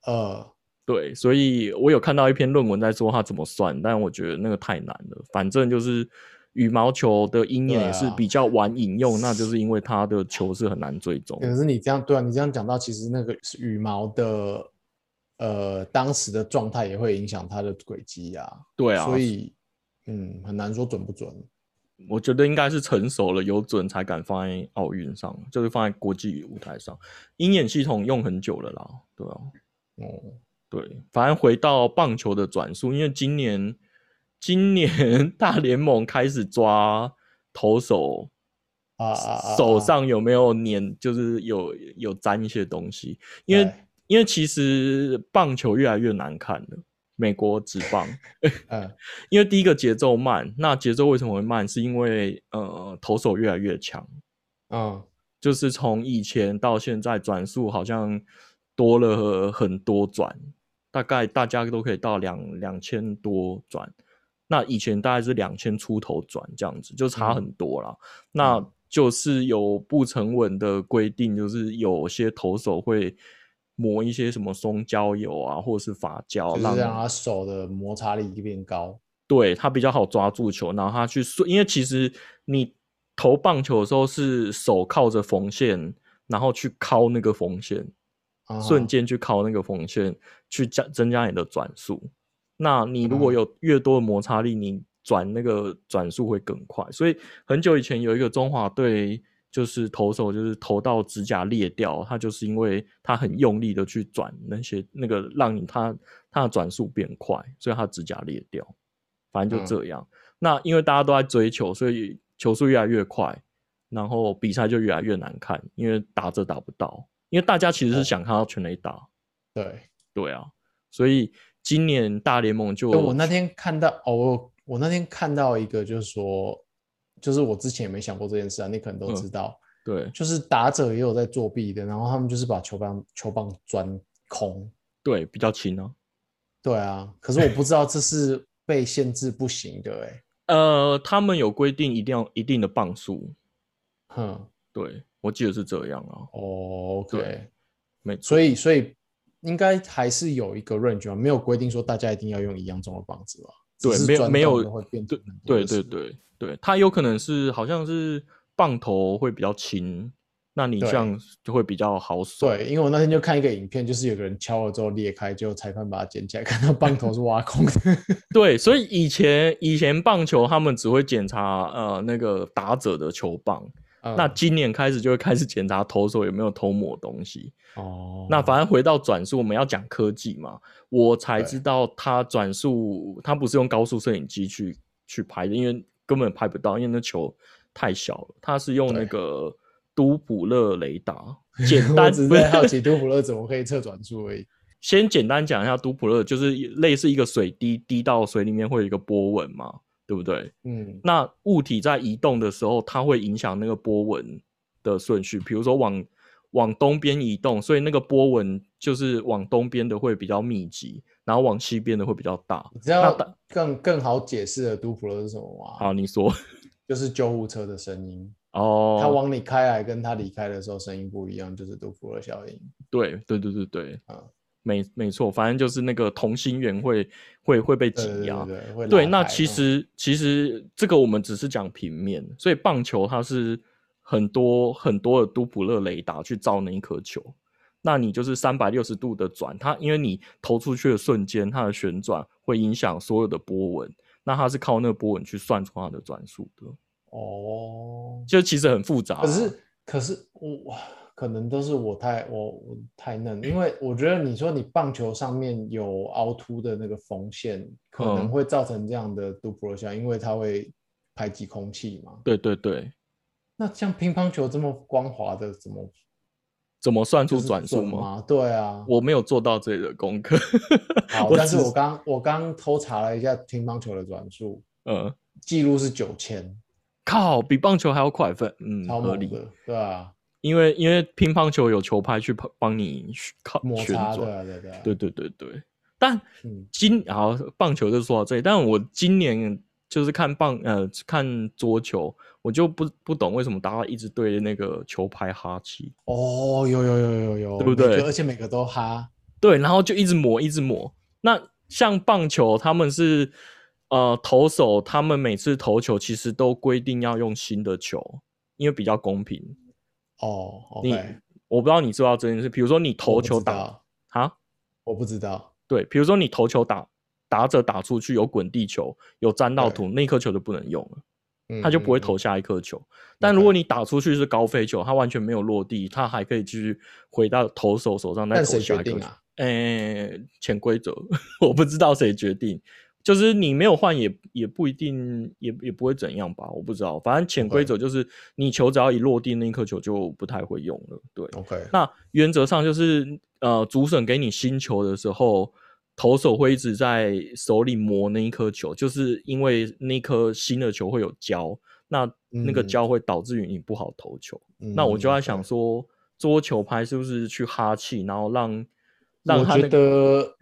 [SPEAKER 2] 呃，
[SPEAKER 1] 对，所以我有看到一篇论文在说它怎么算，但我觉得那个太难了。反正就是羽毛球的鹰眼
[SPEAKER 2] 对啊
[SPEAKER 1] 也是比较晚引用，那就是因为它的球是很难追踪。
[SPEAKER 2] 可是你这样对啊，你这样讲到，其实那个羽毛的呃当时的状态也会影响它的轨迹啊，
[SPEAKER 1] 对啊，
[SPEAKER 2] 所以嗯，很难说准不准。
[SPEAKER 1] 我觉得应该是成熟了，有准才敢放在奥运上，就是放在国际舞台上。鹰眼系统用很久了啦，对啊，
[SPEAKER 2] 哦，
[SPEAKER 1] 对，反正回到棒球的转速，因为今年今年 大联盟开始抓投手
[SPEAKER 2] 啊啊啊啊
[SPEAKER 1] 手上有没有粘，就是有有沾一些东西，因为
[SPEAKER 2] 对
[SPEAKER 1] 因为其实棒球越来越难看了，美国职棒。
[SPEAKER 2] 嗯
[SPEAKER 1] 因为第一个节奏慢，那节奏为什么会慢？是因为呃投手越来越强，哦
[SPEAKER 2] 嗯
[SPEAKER 1] 就是从以前到现在转速好像多了很多转，大概大家都可以到两两千多转，那以前大概是两千出头转这样子，就
[SPEAKER 2] 嗯
[SPEAKER 1] 差很多啦。那就是有不成文的规定，就是有些投手会抹一些什么松胶油啊，或者是发胶，
[SPEAKER 2] 就是啊让他手的摩擦力变高。
[SPEAKER 1] 对他比较好抓住球，然后他去顺，因为其实你投棒球的时候是手靠着缝线，然后去敲那个缝线，
[SPEAKER 2] 啊哈
[SPEAKER 1] 瞬，间去敲那个缝线，去加增加你的转速。那你如果有越多的摩擦力，你转那个转速会更快。所以很久以前有一个中华队，就是投手就是投到指甲裂掉，他就是因为他很用力的去转那些那个让你他他的转速变快，所以他指甲裂掉。反正就
[SPEAKER 2] 嗯
[SPEAKER 1] 这样。那因为大家都在追求，所以球速越来越快，然后比赛就越来越难看，因为打着打不到，因为大家
[SPEAKER 2] 哦
[SPEAKER 1] 其实是想看到全垒打，
[SPEAKER 2] 对，
[SPEAKER 1] 对啊，所以今年大联盟就
[SPEAKER 2] 对哦我那天看到哦，我我那天看到一个，就是说，就是我之前也没想过这件事啊，你可能都
[SPEAKER 1] 嗯
[SPEAKER 2] 知道，
[SPEAKER 1] 对
[SPEAKER 2] 就是打者也有在作弊的，然后他们就是把球棒球棒钻空。
[SPEAKER 1] 对比较轻啊。
[SPEAKER 2] 对啊，可是我不知道这是被限制不行的、欸，哎，
[SPEAKER 1] 呃，他们有规定一定要一定的磅数，
[SPEAKER 2] 哼，
[SPEAKER 1] 对我记得是这样啊，
[SPEAKER 2] 哦，OK，
[SPEAKER 1] 对没错，
[SPEAKER 2] 所以所以应该还是有一个 range 吧，没有规定说大家一定要用一样重的棒子吧？
[SPEAKER 1] 对
[SPEAKER 2] 只是
[SPEAKER 1] 没有
[SPEAKER 2] 钻
[SPEAKER 1] 没有
[SPEAKER 2] 洞会变
[SPEAKER 1] 对
[SPEAKER 2] 成很多
[SPEAKER 1] 对
[SPEAKER 2] 的事
[SPEAKER 1] 对对对，它有可能是好像是棒头会比较轻，那你
[SPEAKER 2] 对
[SPEAKER 1] 这样就会比较好手。
[SPEAKER 2] 对，因为我那天就看一个影片，就是有个人敲了之后裂开，结果裁判把它捡起来，看到棒头是挖空的。
[SPEAKER 1] 对，所以以前以前棒球他们只会检查呃那个打者的球棒，
[SPEAKER 2] 嗯
[SPEAKER 1] 那今年开始就会开始检查投手有没有偷抹东西。
[SPEAKER 2] 哦，
[SPEAKER 1] 那反正回到转速，我们要讲科技嘛，我才
[SPEAKER 2] 对
[SPEAKER 1] 知道它转速，它不是用高速摄影机去去拍的，因为根本拍不到，因为那球太小了，它是用那
[SPEAKER 2] 对
[SPEAKER 1] 个都普勒雷 达，简
[SPEAKER 2] 我
[SPEAKER 1] 单
[SPEAKER 2] 只是
[SPEAKER 1] 不是
[SPEAKER 2] 在好奇杜普勒怎么可以测转速而已。
[SPEAKER 1] 先简单讲一下都普勒，就是类似一个水滴滴到水里面会有一个波纹嘛，对不对？
[SPEAKER 2] 嗯，
[SPEAKER 1] 那物体在移动的时候，它会影响那个波纹的顺序。比如说往往东边移动，所以那个波纹就是往东边的会比较密集，然后往西边的会比较大。
[SPEAKER 2] 你知道更更好解释的杜普勒是什么吗？
[SPEAKER 1] 好，你说
[SPEAKER 2] 就是救护车的声音，它
[SPEAKER 1] 哦，
[SPEAKER 2] 往你开来跟它离开的时候声音不一样，就是杜普勒效应。
[SPEAKER 1] 对对对对对，
[SPEAKER 2] 嗯
[SPEAKER 1] 没没错，反正就是那个同心圆会会会被
[SPEAKER 2] 对对
[SPEAKER 1] 挤压。
[SPEAKER 2] 对对，会
[SPEAKER 1] 啊对，
[SPEAKER 2] 拉
[SPEAKER 1] 那
[SPEAKER 2] 开嗯
[SPEAKER 1] 其、实、其实这个我们只是讲平面，所以棒球它是很多很多的都普勒雷达去照那一颗球，那你就是三百六十度的转，它因为你投出去的瞬间，它的旋转会影响所有的波纹，那它是靠那个波纹去算出它的转速的，
[SPEAKER 2] 嗯哦，
[SPEAKER 1] 就其实很复杂啊、
[SPEAKER 2] 可是可是我哇可能都是我太我我太嫩，因为我觉得你说你棒球上面有凹凸的那个缝线，可能
[SPEAKER 1] 嗯
[SPEAKER 2] 会造成这样的杜普罗效应，因为它会排挤空气嘛。
[SPEAKER 1] 对对对，
[SPEAKER 2] 那像乒乓球这么光滑的，怎么
[SPEAKER 1] 怎么算
[SPEAKER 2] 就
[SPEAKER 1] 出
[SPEAKER 2] 是
[SPEAKER 1] 转速
[SPEAKER 2] 准
[SPEAKER 1] 吗？
[SPEAKER 2] 吗？对啊，
[SPEAKER 1] 我没有做到这里的功课，
[SPEAKER 2] 好，
[SPEAKER 1] 我
[SPEAKER 2] 但是
[SPEAKER 1] 只
[SPEAKER 2] 我刚我刚偷查了一下乒乓球的转速
[SPEAKER 1] 呃，
[SPEAKER 2] 记录是九千，
[SPEAKER 1] 靠，比棒球还要快分，嗯，
[SPEAKER 2] 超
[SPEAKER 1] 合
[SPEAKER 2] 猛
[SPEAKER 1] 理。
[SPEAKER 2] 的，对啊，
[SPEAKER 1] 因为因为乒乓球有球拍去帮帮你旋靠
[SPEAKER 2] 摩
[SPEAKER 1] 旋
[SPEAKER 2] 擦，对
[SPEAKER 1] 转，
[SPEAKER 2] 啊，对啊对啊，
[SPEAKER 1] 对对对对。但
[SPEAKER 2] 嗯
[SPEAKER 1] 今好棒球就说到这里，但我今年就是看棒呃看桌球，我就不不懂为什么大家一直对那个球拍哈气，
[SPEAKER 2] 哦，有有有有有，
[SPEAKER 1] 对不
[SPEAKER 2] 每个
[SPEAKER 1] 对
[SPEAKER 2] 而且每个都哈，
[SPEAKER 1] 对，然后就一直抹一直抹。那像棒球他们是呃投手，他们每次投球其实都规定要用新的球，因为比较公平。
[SPEAKER 2] 哦
[SPEAKER 1] 你
[SPEAKER 2] ，OK，
[SPEAKER 1] 我不知道你知不知道这件事，比如说你
[SPEAKER 2] 我
[SPEAKER 1] 投
[SPEAKER 2] 不
[SPEAKER 1] 球
[SPEAKER 2] 知
[SPEAKER 1] 打
[SPEAKER 2] 道，
[SPEAKER 1] 啊。
[SPEAKER 2] 我不知道，
[SPEAKER 1] 对，比如说你投球打打着打出去有滚地球，有沾到
[SPEAKER 2] 对
[SPEAKER 1] 土，那颗球就不能用了。
[SPEAKER 2] 嗯
[SPEAKER 1] 他就不会
[SPEAKER 2] 嗯
[SPEAKER 1] 投下一颗球。但如果你打出去是高飞球，他完全没有落地，他还可以继续回到投手手上再
[SPEAKER 2] 但
[SPEAKER 1] 投
[SPEAKER 2] 谁
[SPEAKER 1] 下
[SPEAKER 2] 决
[SPEAKER 1] 一颗
[SPEAKER 2] 定
[SPEAKER 1] 球。
[SPEAKER 2] 啊？
[SPEAKER 1] 诶、潜规则我不知道谁决定，就是你没有换也也不一定也也不会怎样吧，我不知道。反正潜规则就是你球只要一落地，那一颗球就不太会用了。对，
[SPEAKER 2] OK，
[SPEAKER 1] 那原则上就是呃，主审给你新球的时候，投手会一直在手里磨那一颗球，就是因为那颗新的球会有胶，那那个
[SPEAKER 2] 嗯
[SPEAKER 1] 胶会导致于你不好投球。那我就在 想
[SPEAKER 2] 说，
[SPEAKER 1] 说，桌球拍是不是去哈气，然后让让
[SPEAKER 2] 我
[SPEAKER 1] 他
[SPEAKER 2] 觉
[SPEAKER 1] 那个
[SPEAKER 2] 得，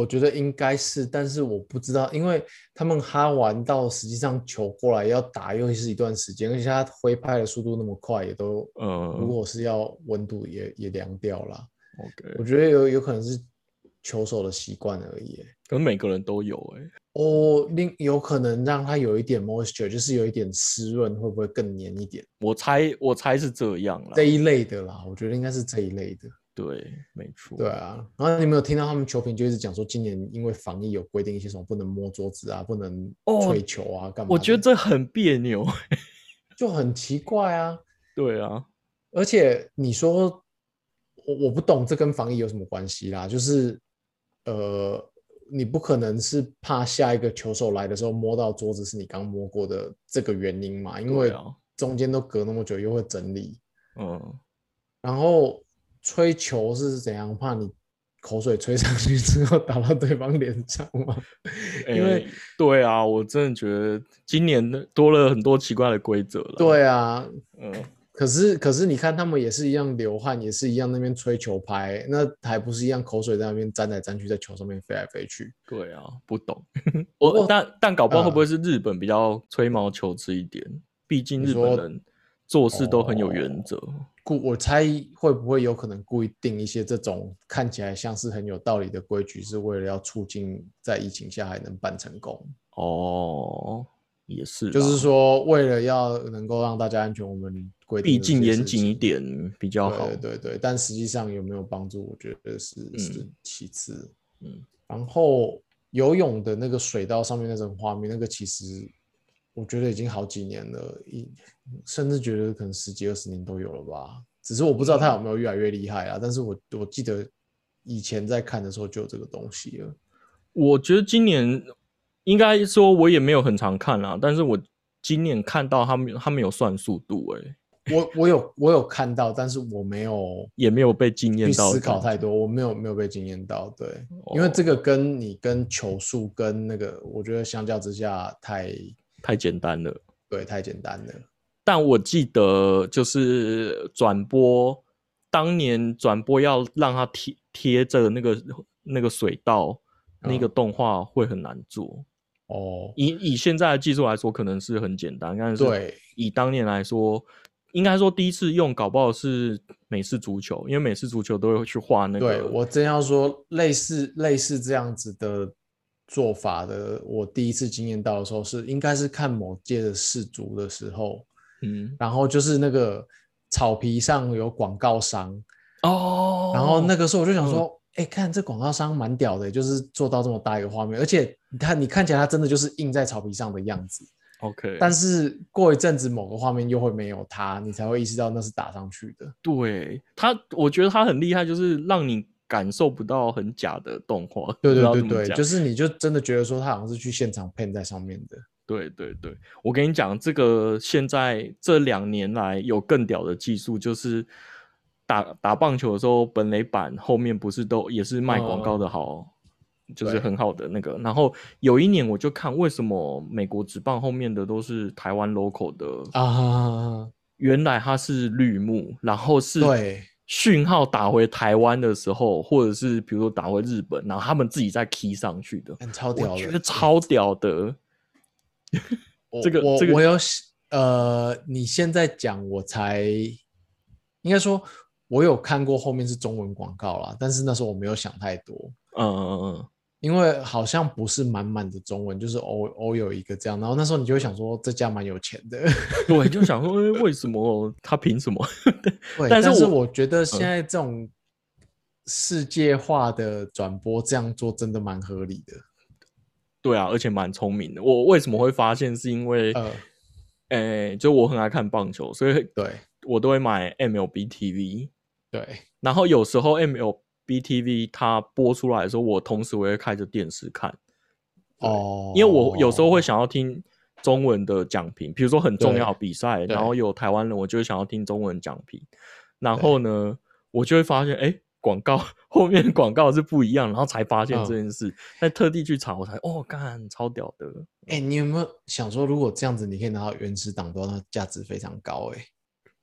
[SPEAKER 2] 我觉得应该是，但是我不知道，因为他们哈完到实际上球过来要打又是一段时间，而且他挥拍的速度那么快，也都如
[SPEAKER 1] 呃
[SPEAKER 2] 果是要温度也也凉掉了。
[SPEAKER 1] ，OK，
[SPEAKER 2] 我觉得有有可能是球手的习惯而已欸。
[SPEAKER 1] 可能每个人都有哎、
[SPEAKER 2] 哦，另有可能让它有一点 moisture，就是有一点湿润，会不会更黏一点？
[SPEAKER 1] 我猜我猜是这样啦
[SPEAKER 2] 这，一类的啦，我觉得应该是这一类的。
[SPEAKER 1] 对，没错，
[SPEAKER 2] 对啊，
[SPEAKER 1] 嗯
[SPEAKER 2] 然后你有没有听到他们球评就一直讲说，今年因为防疫有规定一些什么不能摸桌子啊，不能
[SPEAKER 1] 哦
[SPEAKER 2] 吹球啊，干嘛的？
[SPEAKER 1] 我觉得这很别扭，
[SPEAKER 2] 就很奇怪啊。
[SPEAKER 1] 对啊，
[SPEAKER 2] 而且你说我我不懂这跟防疫有什么关系啦？就是呃，你不可能是怕下一个球手来的时候摸到桌子是你刚摸过的这个原因嘛？因
[SPEAKER 1] 对
[SPEAKER 2] 为
[SPEAKER 1] 啊，
[SPEAKER 2] 中间都隔那么久，又会整理。
[SPEAKER 1] 嗯。
[SPEAKER 2] 然后吹球是怎样？怕你口水吹上去之后打到对方脸上吗？ 因为
[SPEAKER 1] 欸对啊，我真的觉得今年的多了很多奇怪的规则了。，
[SPEAKER 2] 对啊，
[SPEAKER 1] 嗯、
[SPEAKER 2] 可是可是你看他们也是一样流汗，也是一样那边吹球拍，那还不是一样口水在那边沾来沾去，在球上面飞来飞去。
[SPEAKER 1] 对啊，不懂。我但但搞不好会不会是日本比较吹毛求疵一点？毕竟
[SPEAKER 2] 嗯你
[SPEAKER 1] 日本
[SPEAKER 2] 说哦
[SPEAKER 1] 人做事都很有原则。
[SPEAKER 2] 故我猜会不会有可能故意定一些这种看起来像是很有道理的规矩，是为了要促进在疫情下还能办成功。
[SPEAKER 1] 哦，也是，
[SPEAKER 2] 就是，说，为了要能够让大家安全，我们规定
[SPEAKER 1] 毕
[SPEAKER 2] 这
[SPEAKER 1] 竟
[SPEAKER 2] 些
[SPEAKER 1] 严
[SPEAKER 2] 事
[SPEAKER 1] 谨一
[SPEAKER 2] 情
[SPEAKER 1] 点比较好。
[SPEAKER 2] 对对对，但实际上有没有帮助，我觉得是是
[SPEAKER 1] 嗯
[SPEAKER 2] 其次。
[SPEAKER 1] 嗯，
[SPEAKER 2] 然后游泳的那个水道上面那种画面，那个其实我觉得已经好几年了，一甚至觉得可能十几二十年都有了吧。只是我不知道它有
[SPEAKER 1] 嗯
[SPEAKER 2] 没有越来越厉害啊，但是我我记得以前在看的时候就有这个东西了。
[SPEAKER 1] 我觉得今年应该说我也没有很常看啦，但是我今年看到他们他们有算速度、欸，
[SPEAKER 2] 我我有我有看到，但是我没有
[SPEAKER 1] 也没有被惊艳
[SPEAKER 2] 去
[SPEAKER 1] 到的
[SPEAKER 2] 思考
[SPEAKER 1] 感觉
[SPEAKER 2] 太多，我没有没有被惊艳到，对，因为
[SPEAKER 1] 哦
[SPEAKER 2] 这个跟你跟球速跟那个，我觉得相较之下太
[SPEAKER 1] 太简单了。
[SPEAKER 2] 对太简单了，
[SPEAKER 1] 但我记得就是转播当年转播要让它贴贴着那个那个水道、那个
[SPEAKER 2] 嗯
[SPEAKER 1] 动画会很难做。
[SPEAKER 2] 哦，
[SPEAKER 1] 以以现在的技术来说，可能是很简单，但是
[SPEAKER 2] 对
[SPEAKER 1] 以当年来说，应该说第一次用搞不好是美式足球，因为美式足球都会去画那个。
[SPEAKER 2] 对，我真要说类似类似这样子的做法的，我第一次经验到的时候是应该是看某届的世足的时候，
[SPEAKER 1] 嗯
[SPEAKER 2] 然后就是那个草皮上有广告商，
[SPEAKER 1] 哦，嗯
[SPEAKER 2] 然后那个时候我就想说，哎、看这广告商蛮屌的，就是做到这么大一个画面，而且它你看起来它真的就是印在草皮上的样子，
[SPEAKER 1] OK，
[SPEAKER 2] 但是过一阵子某个画面又会没有它，你才会意识到那是打上去的。
[SPEAKER 1] 对他，我觉得他很厉害，就是让你感受不到很假的动画。不知
[SPEAKER 2] 对对
[SPEAKER 1] 道
[SPEAKER 2] 对
[SPEAKER 1] 怎么
[SPEAKER 2] 对，
[SPEAKER 1] 讲
[SPEAKER 2] 就是你就真的觉得说它好像是去现场喷在上面的。
[SPEAKER 1] 对对对，我跟你讲，这个现在这两年来有更屌的技术，就是打打棒球的时候，本垒板后面不是都也是卖广告的好，就是
[SPEAKER 2] 哦对
[SPEAKER 1] 很好的那个。然后有一年我就看为什么美国职棒后面的都是台湾 local 的，
[SPEAKER 2] 啊，
[SPEAKER 1] 原来它是绿幕，然后是
[SPEAKER 2] 对
[SPEAKER 1] 讯号打回台湾的时候，或者是比如说打回日本，然后他们自己再 key 上去的，
[SPEAKER 2] 很超屌
[SPEAKER 1] 我
[SPEAKER 2] 的，
[SPEAKER 1] 觉得超屌的。
[SPEAKER 2] 我
[SPEAKER 1] 这个
[SPEAKER 2] 我
[SPEAKER 1] 这个
[SPEAKER 2] 我有想呃，你现在讲我才应该说，我有看过后面是中文广告啦，但是那时候我没有想太多，
[SPEAKER 1] 嗯嗯嗯。
[SPEAKER 2] 因为好像不是满满的中文，就是偶偶有一个这样，然后那时候你就会想说这家蛮有钱的，
[SPEAKER 1] 对，就想说，诶为什么他凭什么？
[SPEAKER 2] 对，
[SPEAKER 1] 但
[SPEAKER 2] 但
[SPEAKER 1] 是
[SPEAKER 2] 是
[SPEAKER 1] 我嗯
[SPEAKER 2] 我觉得现在这种世界化的转播这样做真的蛮合理的，
[SPEAKER 1] 对啊，而且蛮聪明的。我为什么会发现，是因为
[SPEAKER 2] 呃
[SPEAKER 1] 哎、就我很爱看棒球，所以
[SPEAKER 2] 对
[SPEAKER 1] 我都会买 MLB TV。
[SPEAKER 2] 对，
[SPEAKER 1] 然后有时候 MLB TV 它播出来的时候，我同时我也会开着电视看，对
[SPEAKER 2] 哦，
[SPEAKER 1] 因为我有时候会想要听中文的讲评，比如说很重
[SPEAKER 2] 对
[SPEAKER 1] 要的比赛，
[SPEAKER 2] 对
[SPEAKER 1] 然后有台湾人，我就会想要听中文讲评。然后呢，我就会发现，哎，广告 后面的广告是不一样，然后才发现
[SPEAKER 2] 嗯
[SPEAKER 1] 这件事。在、特地去查，我才哦，干，超屌的。
[SPEAKER 2] 哎、你有没有想说，如果这样子，你可以拿到原始档的话，那价值非常高哎、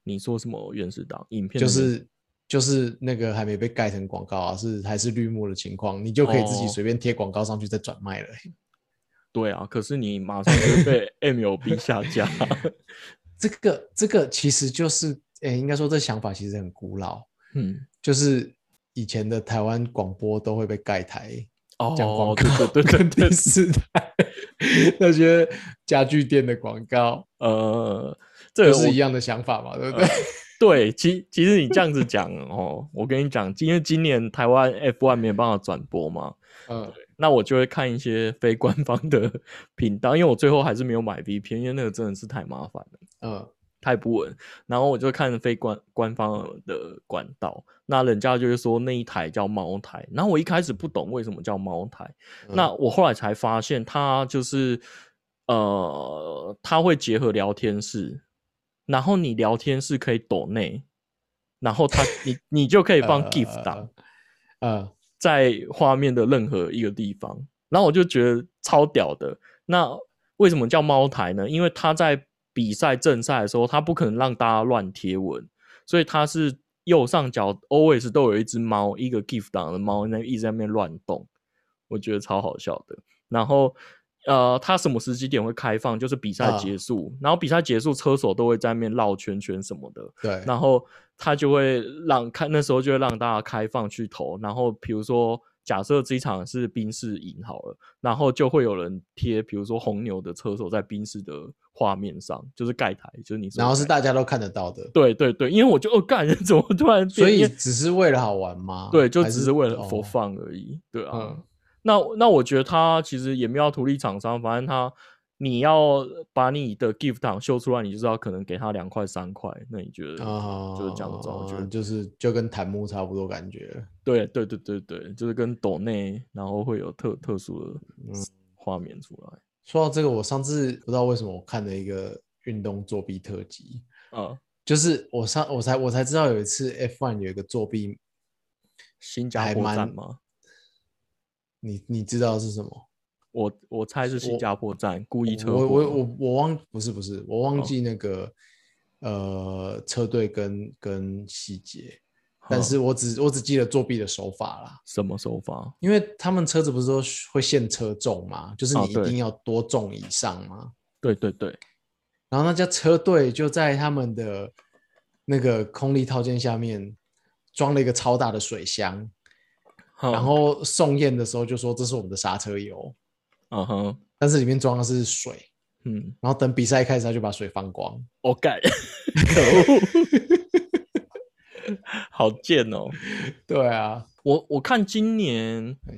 [SPEAKER 1] 你说什么原始档影片
[SPEAKER 2] 就
[SPEAKER 1] 的名
[SPEAKER 2] 是就是那个还没被盖成广告啊，是还是绿幕的情况，你就可以自己
[SPEAKER 1] 哦
[SPEAKER 2] 随便贴广告上去再转卖了欸、
[SPEAKER 1] 对啊，可是你马上就被 MLB 下 架。
[SPEAKER 2] 这个这个其实就是，哎、应该说这想法其实很古老，
[SPEAKER 1] 嗯，
[SPEAKER 2] 就是以前的台湾广播都会被盖台
[SPEAKER 1] 哦
[SPEAKER 2] 讲广，告，
[SPEAKER 1] 对对对对
[SPEAKER 2] 跟
[SPEAKER 1] 对
[SPEAKER 2] 第，四台那些家具店的广告，
[SPEAKER 1] 呃，这
[SPEAKER 2] 都
[SPEAKER 1] 个
[SPEAKER 2] 是
[SPEAKER 1] 我
[SPEAKER 2] 一样的想法嘛，对不对？
[SPEAKER 1] 对，其其实你这样子讲哦，我跟你讲，因为今年台湾 F1 没有办法转播嘛，
[SPEAKER 2] 嗯，
[SPEAKER 1] 那我就会看一些非官方的 频道，因为我最后还是没有买 VPN，因为那个真的是太麻烦了，
[SPEAKER 2] 嗯，
[SPEAKER 1] 太不稳。然后我就看非官官方的管道，那人家就会说那一台叫猫台，然后我一开始不懂为什么叫猫台，那我后来才发现，它就是呃，它会结合聊天室，然后你聊天室可以抖内，然后它你你就可以放
[SPEAKER 2] 嗯
[SPEAKER 1] GIF 档
[SPEAKER 2] 呃，呃
[SPEAKER 1] 在画面的任何一个地方，然后我就觉得超屌的。那为什么叫猫台呢？因为它在比赛正赛的时候，它不可能让大家乱贴文，所以它是右上角 always 都有一只猫，一个 GIF 档的猫，那一直在那边乱动，我觉得超好笑的。然后呃，它什么时机点会开放？就是比赛
[SPEAKER 2] 啊
[SPEAKER 1] 结束，然后比赛结束，车手都会在那边绕圈圈什么的。
[SPEAKER 2] 对，
[SPEAKER 1] 然后他就会让看那时候就会让大家开放去投，然后比如说假设这一场是宾士赢好了，然后就会有人贴，比如说红牛的车手在宾士的画面上，就是盖台，就是你说的
[SPEAKER 2] 然后是
[SPEAKER 1] 盖台
[SPEAKER 2] 大家都看得到的，
[SPEAKER 1] 对对对，因为我就哦干， 怎么突然变
[SPEAKER 2] 所
[SPEAKER 1] 因
[SPEAKER 2] 以
[SPEAKER 1] 为
[SPEAKER 2] 只是为了好玩吗？
[SPEAKER 1] 对，就
[SPEAKER 2] 还
[SPEAKER 1] 只是为了
[SPEAKER 2] 哦
[SPEAKER 1] for fun 而已，对啊。
[SPEAKER 2] 嗯
[SPEAKER 1] 那那我觉得他其实也没有要图利厂商，反正他你要把你的 gift 档秀出来，你就知道可能给他两块三块，那你觉得
[SPEAKER 2] 啊，
[SPEAKER 1] 就是这样子啊？我觉得
[SPEAKER 2] 就是就跟檀木差不多感觉。
[SPEAKER 1] 对对对对对，就是跟抖内，然后会有特特殊的
[SPEAKER 2] 嗯
[SPEAKER 1] 画面出来
[SPEAKER 2] 说到这个，我上次不知道为什么我看了一个运动作弊特辑，
[SPEAKER 1] 啊。
[SPEAKER 2] 就是我上我才我才知道有一次 F1 有一个作弊，
[SPEAKER 1] 新加
[SPEAKER 2] 还
[SPEAKER 1] 坡站
[SPEAKER 2] 蛮
[SPEAKER 1] 吗？
[SPEAKER 2] 你你知道是什么？
[SPEAKER 1] 我我猜是新
[SPEAKER 2] 我
[SPEAKER 1] 加坡站，故意车
[SPEAKER 2] 我
[SPEAKER 1] 祸
[SPEAKER 2] 我
[SPEAKER 1] 吗哦
[SPEAKER 2] 我我忘不是不是我忘记那个、呃车队跟跟细节，但
[SPEAKER 1] 哼
[SPEAKER 2] 是我只我只记得作弊的手法啦。
[SPEAKER 1] 什么手法？
[SPEAKER 2] 因为他们车子不是说会限车重吗？就是
[SPEAKER 1] 啊
[SPEAKER 2] 你一
[SPEAKER 1] 对
[SPEAKER 2] 定要多重以上吗？
[SPEAKER 1] 对对对，
[SPEAKER 2] 然后那家车队就在他们的那个空力套件下面装了一个超大的水箱，然
[SPEAKER 1] 哼
[SPEAKER 2] 后送验的时候就说这是我们的刹车油，
[SPEAKER 1] 嗯哼
[SPEAKER 2] 但是里面装的是水。
[SPEAKER 1] 嗯，
[SPEAKER 2] 然后等比赛开始，他就把水放光。
[SPEAKER 1] 我干，可恶， 好贱哦！
[SPEAKER 2] 对啊，
[SPEAKER 1] 我我看今年，
[SPEAKER 2] 哎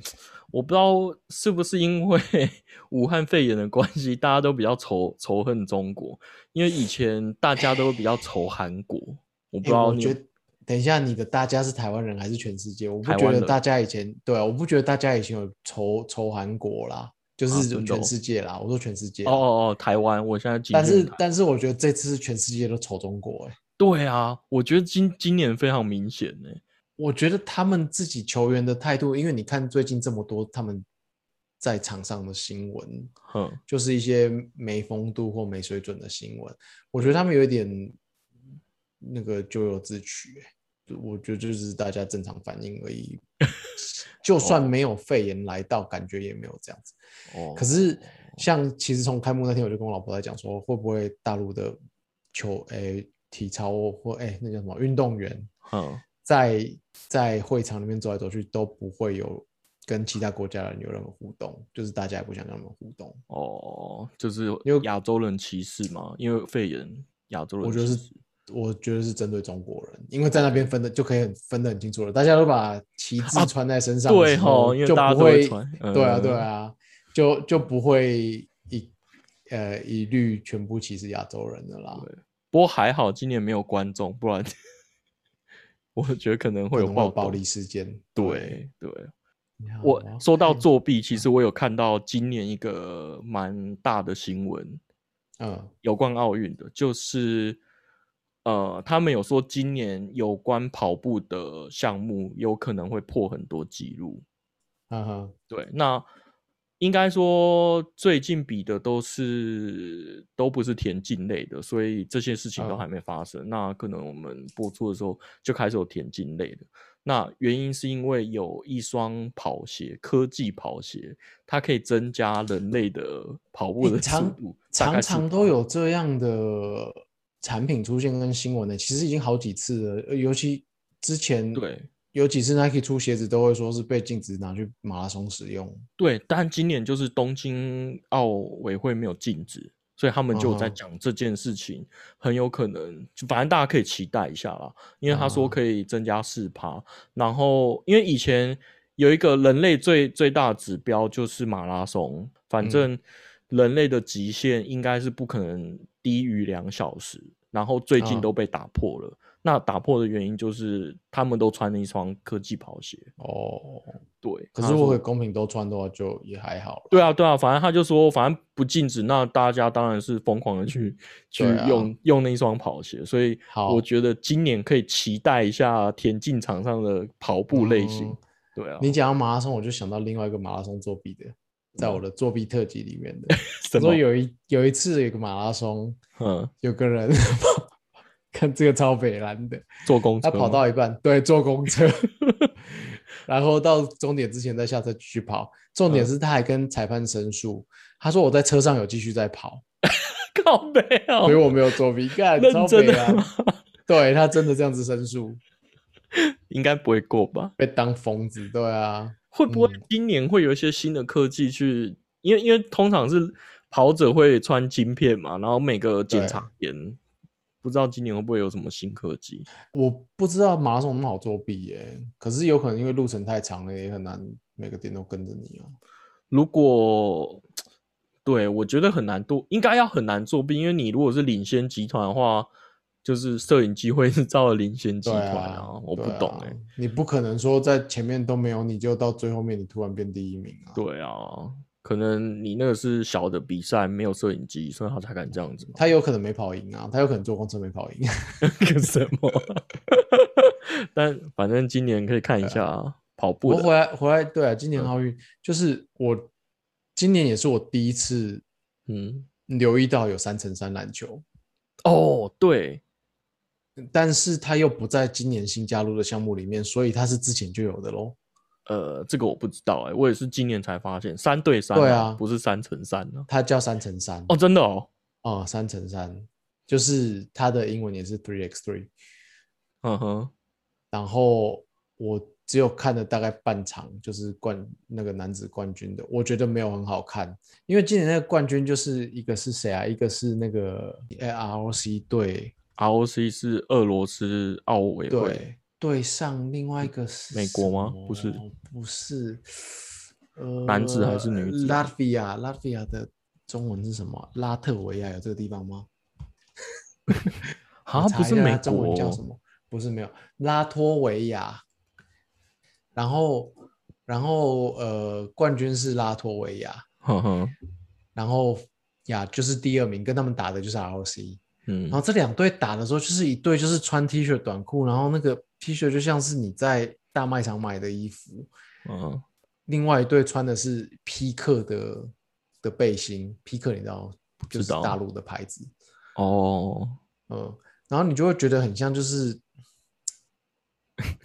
[SPEAKER 1] 我不知道是不是因为 武汉肺炎的关系，大家都比较仇仇恨中国，因为以前大家都比较仇韩国。我不
[SPEAKER 2] 诶
[SPEAKER 1] 知道
[SPEAKER 2] 哎我
[SPEAKER 1] 你
[SPEAKER 2] 觉
[SPEAKER 1] 有，
[SPEAKER 2] 得等一下你的大家是台湾人还是全世界？我不
[SPEAKER 1] 台
[SPEAKER 2] 觉
[SPEAKER 1] 湾
[SPEAKER 2] 得
[SPEAKER 1] 人
[SPEAKER 2] 大家以前对啊，我不觉得大家以前有仇仇韩国啦，就
[SPEAKER 1] 啊
[SPEAKER 2] 是
[SPEAKER 1] 真的哦
[SPEAKER 2] 全世界啦。我说全世界啦
[SPEAKER 1] 哦哦哦，台湾，我现在今
[SPEAKER 2] 但是
[SPEAKER 1] 年
[SPEAKER 2] 但是我觉得这次全世界都仇中国、欸，
[SPEAKER 1] 对啊，我觉得今今年非常明显呢、
[SPEAKER 2] 我觉得他们自己球员的态度，因为你看最近这么多他们在场上的新闻，
[SPEAKER 1] 哼，
[SPEAKER 2] 就是一些没风度或没水准的新闻，我觉得他们有一点那个咎由自取、欸，就我觉得就是大家正常反应而已，就算没有肺炎来到，感觉也没有这样子。
[SPEAKER 1] 哦，
[SPEAKER 2] 可是像其实从开幕那天，我就跟我老婆在讲说，会不会大陆的球诶、体操或诶、那叫什么运动员
[SPEAKER 1] 哼，
[SPEAKER 2] 在在会场里面走来走去都不会有跟其他国家人有任何互动，就是大家也不想跟他们互动。
[SPEAKER 1] 哦，就是
[SPEAKER 2] 因为
[SPEAKER 1] 亚洲人歧视嘛，因为肺炎，亚洲人
[SPEAKER 2] 我觉得是
[SPEAKER 1] 歧视
[SPEAKER 2] 我觉得是针对中国人，因为在那边分的就可以很分得很清楚了，大家都把旗帜
[SPEAKER 1] 啊
[SPEAKER 2] 穿在身上的
[SPEAKER 1] 对
[SPEAKER 2] 时候、
[SPEAKER 1] 吼，因为
[SPEAKER 2] 就
[SPEAKER 1] 大家
[SPEAKER 2] 不
[SPEAKER 1] 都会
[SPEAKER 2] 会，
[SPEAKER 1] 传，
[SPEAKER 2] 对啊对
[SPEAKER 1] 嗯
[SPEAKER 2] 啊，就就不会一呃一律全部歧视亚洲人的啦，
[SPEAKER 1] 不过还好今年没有观众，不然 我觉得可能会
[SPEAKER 2] 可
[SPEAKER 1] 有
[SPEAKER 2] 能会
[SPEAKER 1] 暴
[SPEAKER 2] 有暴
[SPEAKER 1] 动
[SPEAKER 2] 力。哦事件。
[SPEAKER 1] 对对，
[SPEAKER 2] 你好，
[SPEAKER 1] 我
[SPEAKER 2] 要
[SPEAKER 1] 说到
[SPEAKER 2] 看，
[SPEAKER 1] 作弊，其实我有看到今年一个蛮大的新闻，
[SPEAKER 2] 嗯
[SPEAKER 1] 有关奥运的，就是呃，他们有说今年有关跑步的项目有可能会破很多记录。
[SPEAKER 2] 嗯哼，
[SPEAKER 1] 对，那应该说最近比的都是都不是田径类的，所以这些事情都
[SPEAKER 2] 嗯
[SPEAKER 1] 还没发生。那可能我们播出的时候就开始有田径类的。那原因是因为有一双跑鞋，科技跑鞋，它可以增加人类的跑步
[SPEAKER 2] 诶
[SPEAKER 1] 的速
[SPEAKER 2] 常
[SPEAKER 1] 度，大概
[SPEAKER 2] 常常都
[SPEAKER 1] 10%
[SPEAKER 2] 有这样的产品出现跟新闻的，其实已经好几次了，呃尤其之前
[SPEAKER 1] 对
[SPEAKER 2] 有几次 Nike 出鞋子都会说是被禁止拿去马拉松使用，
[SPEAKER 1] 对，但今年就是东京奥委会没有禁止，所以他们就有在
[SPEAKER 2] 嗯哼
[SPEAKER 1] 讲这件事情，很有可能，就反正大家可以期待一下啦，因为他说
[SPEAKER 2] 啊
[SPEAKER 1] 可以增加四趴，然后因为以前有一个人类最最大的指标就是马拉松，反
[SPEAKER 2] 嗯
[SPEAKER 1] 正人类的极限应该是不可能低于两小时，然后最近
[SPEAKER 2] 啊
[SPEAKER 1] 都被打破了。那打破的原因就是他们都穿了一双科技跑鞋，
[SPEAKER 2] 哦，
[SPEAKER 1] 对。
[SPEAKER 2] 可
[SPEAKER 1] 他
[SPEAKER 2] 是如
[SPEAKER 1] 说
[SPEAKER 2] 果公平都穿的话，就也还好了。
[SPEAKER 1] 对啊，对啊，反正他就说，反正不禁止，那大家当然是疯狂的 去去
[SPEAKER 2] 对啊
[SPEAKER 1] 用、用那一双跑鞋，所以
[SPEAKER 2] 好
[SPEAKER 1] 我觉得今年可以期待一下田径场上的跑步类型。
[SPEAKER 2] 嗯
[SPEAKER 1] 对啊，
[SPEAKER 2] 你讲到马拉松，我就想到另外一个马拉松作弊的，在我的作弊特辑里面 的，
[SPEAKER 1] 什
[SPEAKER 2] 我说
[SPEAKER 1] 嗯么？
[SPEAKER 2] 有一有一次有个马拉松，
[SPEAKER 1] 嗯，
[SPEAKER 2] 有个人看这个超北蓝的，
[SPEAKER 1] 坐公车
[SPEAKER 2] 他
[SPEAKER 1] 吗，
[SPEAKER 2] 跑到一半，对，坐公车， 然后到终点之前再下车继续跑。重点
[SPEAKER 1] 嗯
[SPEAKER 2] 是他还跟裁判申诉，他说我在车上有继续在跑，
[SPEAKER 1] 靠背哦
[SPEAKER 2] 所以，我没有作弊，干
[SPEAKER 1] 认
[SPEAKER 2] 超
[SPEAKER 1] 真
[SPEAKER 2] 北
[SPEAKER 1] 的
[SPEAKER 2] 蓝
[SPEAKER 1] 吗。
[SPEAKER 2] 对他真的这样子申诉，
[SPEAKER 1] 应该不会过吧？
[SPEAKER 2] 被当疯子，对啊，
[SPEAKER 1] 会不会
[SPEAKER 2] 嗯
[SPEAKER 1] 今年会有一些新的科技去？因为因为通常是跑者会穿晶片嘛，然后每个检
[SPEAKER 2] 对
[SPEAKER 1] 查员，不知道今年会不会有什么新科技？
[SPEAKER 2] 我不知道马拉松那么好作弊耶、可是有可能因为路程太长了，也很难每个点都跟着你啊。
[SPEAKER 1] 如果对我觉得很难度，应该要很难作弊，因为你如果是领先集团的话，就是摄影机会是照着领先集
[SPEAKER 2] 对
[SPEAKER 1] 团
[SPEAKER 2] 啊，
[SPEAKER 1] 我不
[SPEAKER 2] 对
[SPEAKER 1] 懂
[SPEAKER 2] 啊
[SPEAKER 1] 哎、
[SPEAKER 2] 你不可能说在前面都没有你就到最后面你突然变第一名啊。
[SPEAKER 1] 对啊，可能你那个是小的比赛，没有摄影机，所以他才敢这样 子嘛。
[SPEAKER 2] 他有可能没跑赢啊，他有可能坐公车没跑赢。
[SPEAKER 1] 干什么？ 但反正今年可以看一下、
[SPEAKER 2] 啊
[SPEAKER 1] 跑步
[SPEAKER 2] 我
[SPEAKER 1] 的，
[SPEAKER 2] 回来回来，对啊，今年奥运、就是我今年也是我第一次
[SPEAKER 1] 嗯，
[SPEAKER 2] 留意到有三乘三篮球，
[SPEAKER 1] 哦，对，
[SPEAKER 2] 但是它又不在今年新加入的项目里面，所以它是之前就有的喽。
[SPEAKER 1] 呃，这个我不知道哎、我也是今年才发现，三对三、
[SPEAKER 2] 对啊
[SPEAKER 1] 不是三乘三啊，
[SPEAKER 2] 它叫三乘三
[SPEAKER 1] 哦，真的哦，
[SPEAKER 2] 哦，三乘三就是它的英文也是 three x three。
[SPEAKER 1] 嗯哼。
[SPEAKER 2] 然后我只有看了大概半场，就是冠那个男子冠军的，我觉得没有很好看，因为今年那个冠军就是一个是谁啊？一个是那个呃 ROC 队
[SPEAKER 1] ROC 是俄罗斯奥委会，
[SPEAKER 2] 对对上，另外一个是
[SPEAKER 1] 美国吗
[SPEAKER 2] 什么
[SPEAKER 1] 不是，
[SPEAKER 2] 不是，呃，
[SPEAKER 1] 男子还是女子
[SPEAKER 2] 拉
[SPEAKER 1] 啊
[SPEAKER 2] 菲亚，拉菲亚的中文是什么？啊拉特维亚有这个地方吗？
[SPEAKER 1] 好
[SPEAKER 2] 我
[SPEAKER 1] 像啊不
[SPEAKER 2] 查一
[SPEAKER 1] 是
[SPEAKER 2] 下
[SPEAKER 1] 美
[SPEAKER 2] 它中文
[SPEAKER 1] 国
[SPEAKER 2] 叫什
[SPEAKER 1] 哦，
[SPEAKER 2] 么？不是没有拉脱维亚，然后然后呃，冠军是拉脱维亚，
[SPEAKER 1] 呵呵，
[SPEAKER 2] 然后呀就是第二名，跟他们打的就是 ROC。
[SPEAKER 1] 嗯
[SPEAKER 2] 然后这两队打的时候，就是一队就是穿 T 恤短裤，然后那个 T 恤就像是你在大卖场买的衣服，
[SPEAKER 1] 嗯，
[SPEAKER 2] 另外一队穿的是匹克的的背心，匹克你知道就
[SPEAKER 1] 知
[SPEAKER 2] 是
[SPEAKER 1] 道
[SPEAKER 2] 大陆的牌子，
[SPEAKER 1] 哦，
[SPEAKER 2] 嗯，然后你就会觉得很像就是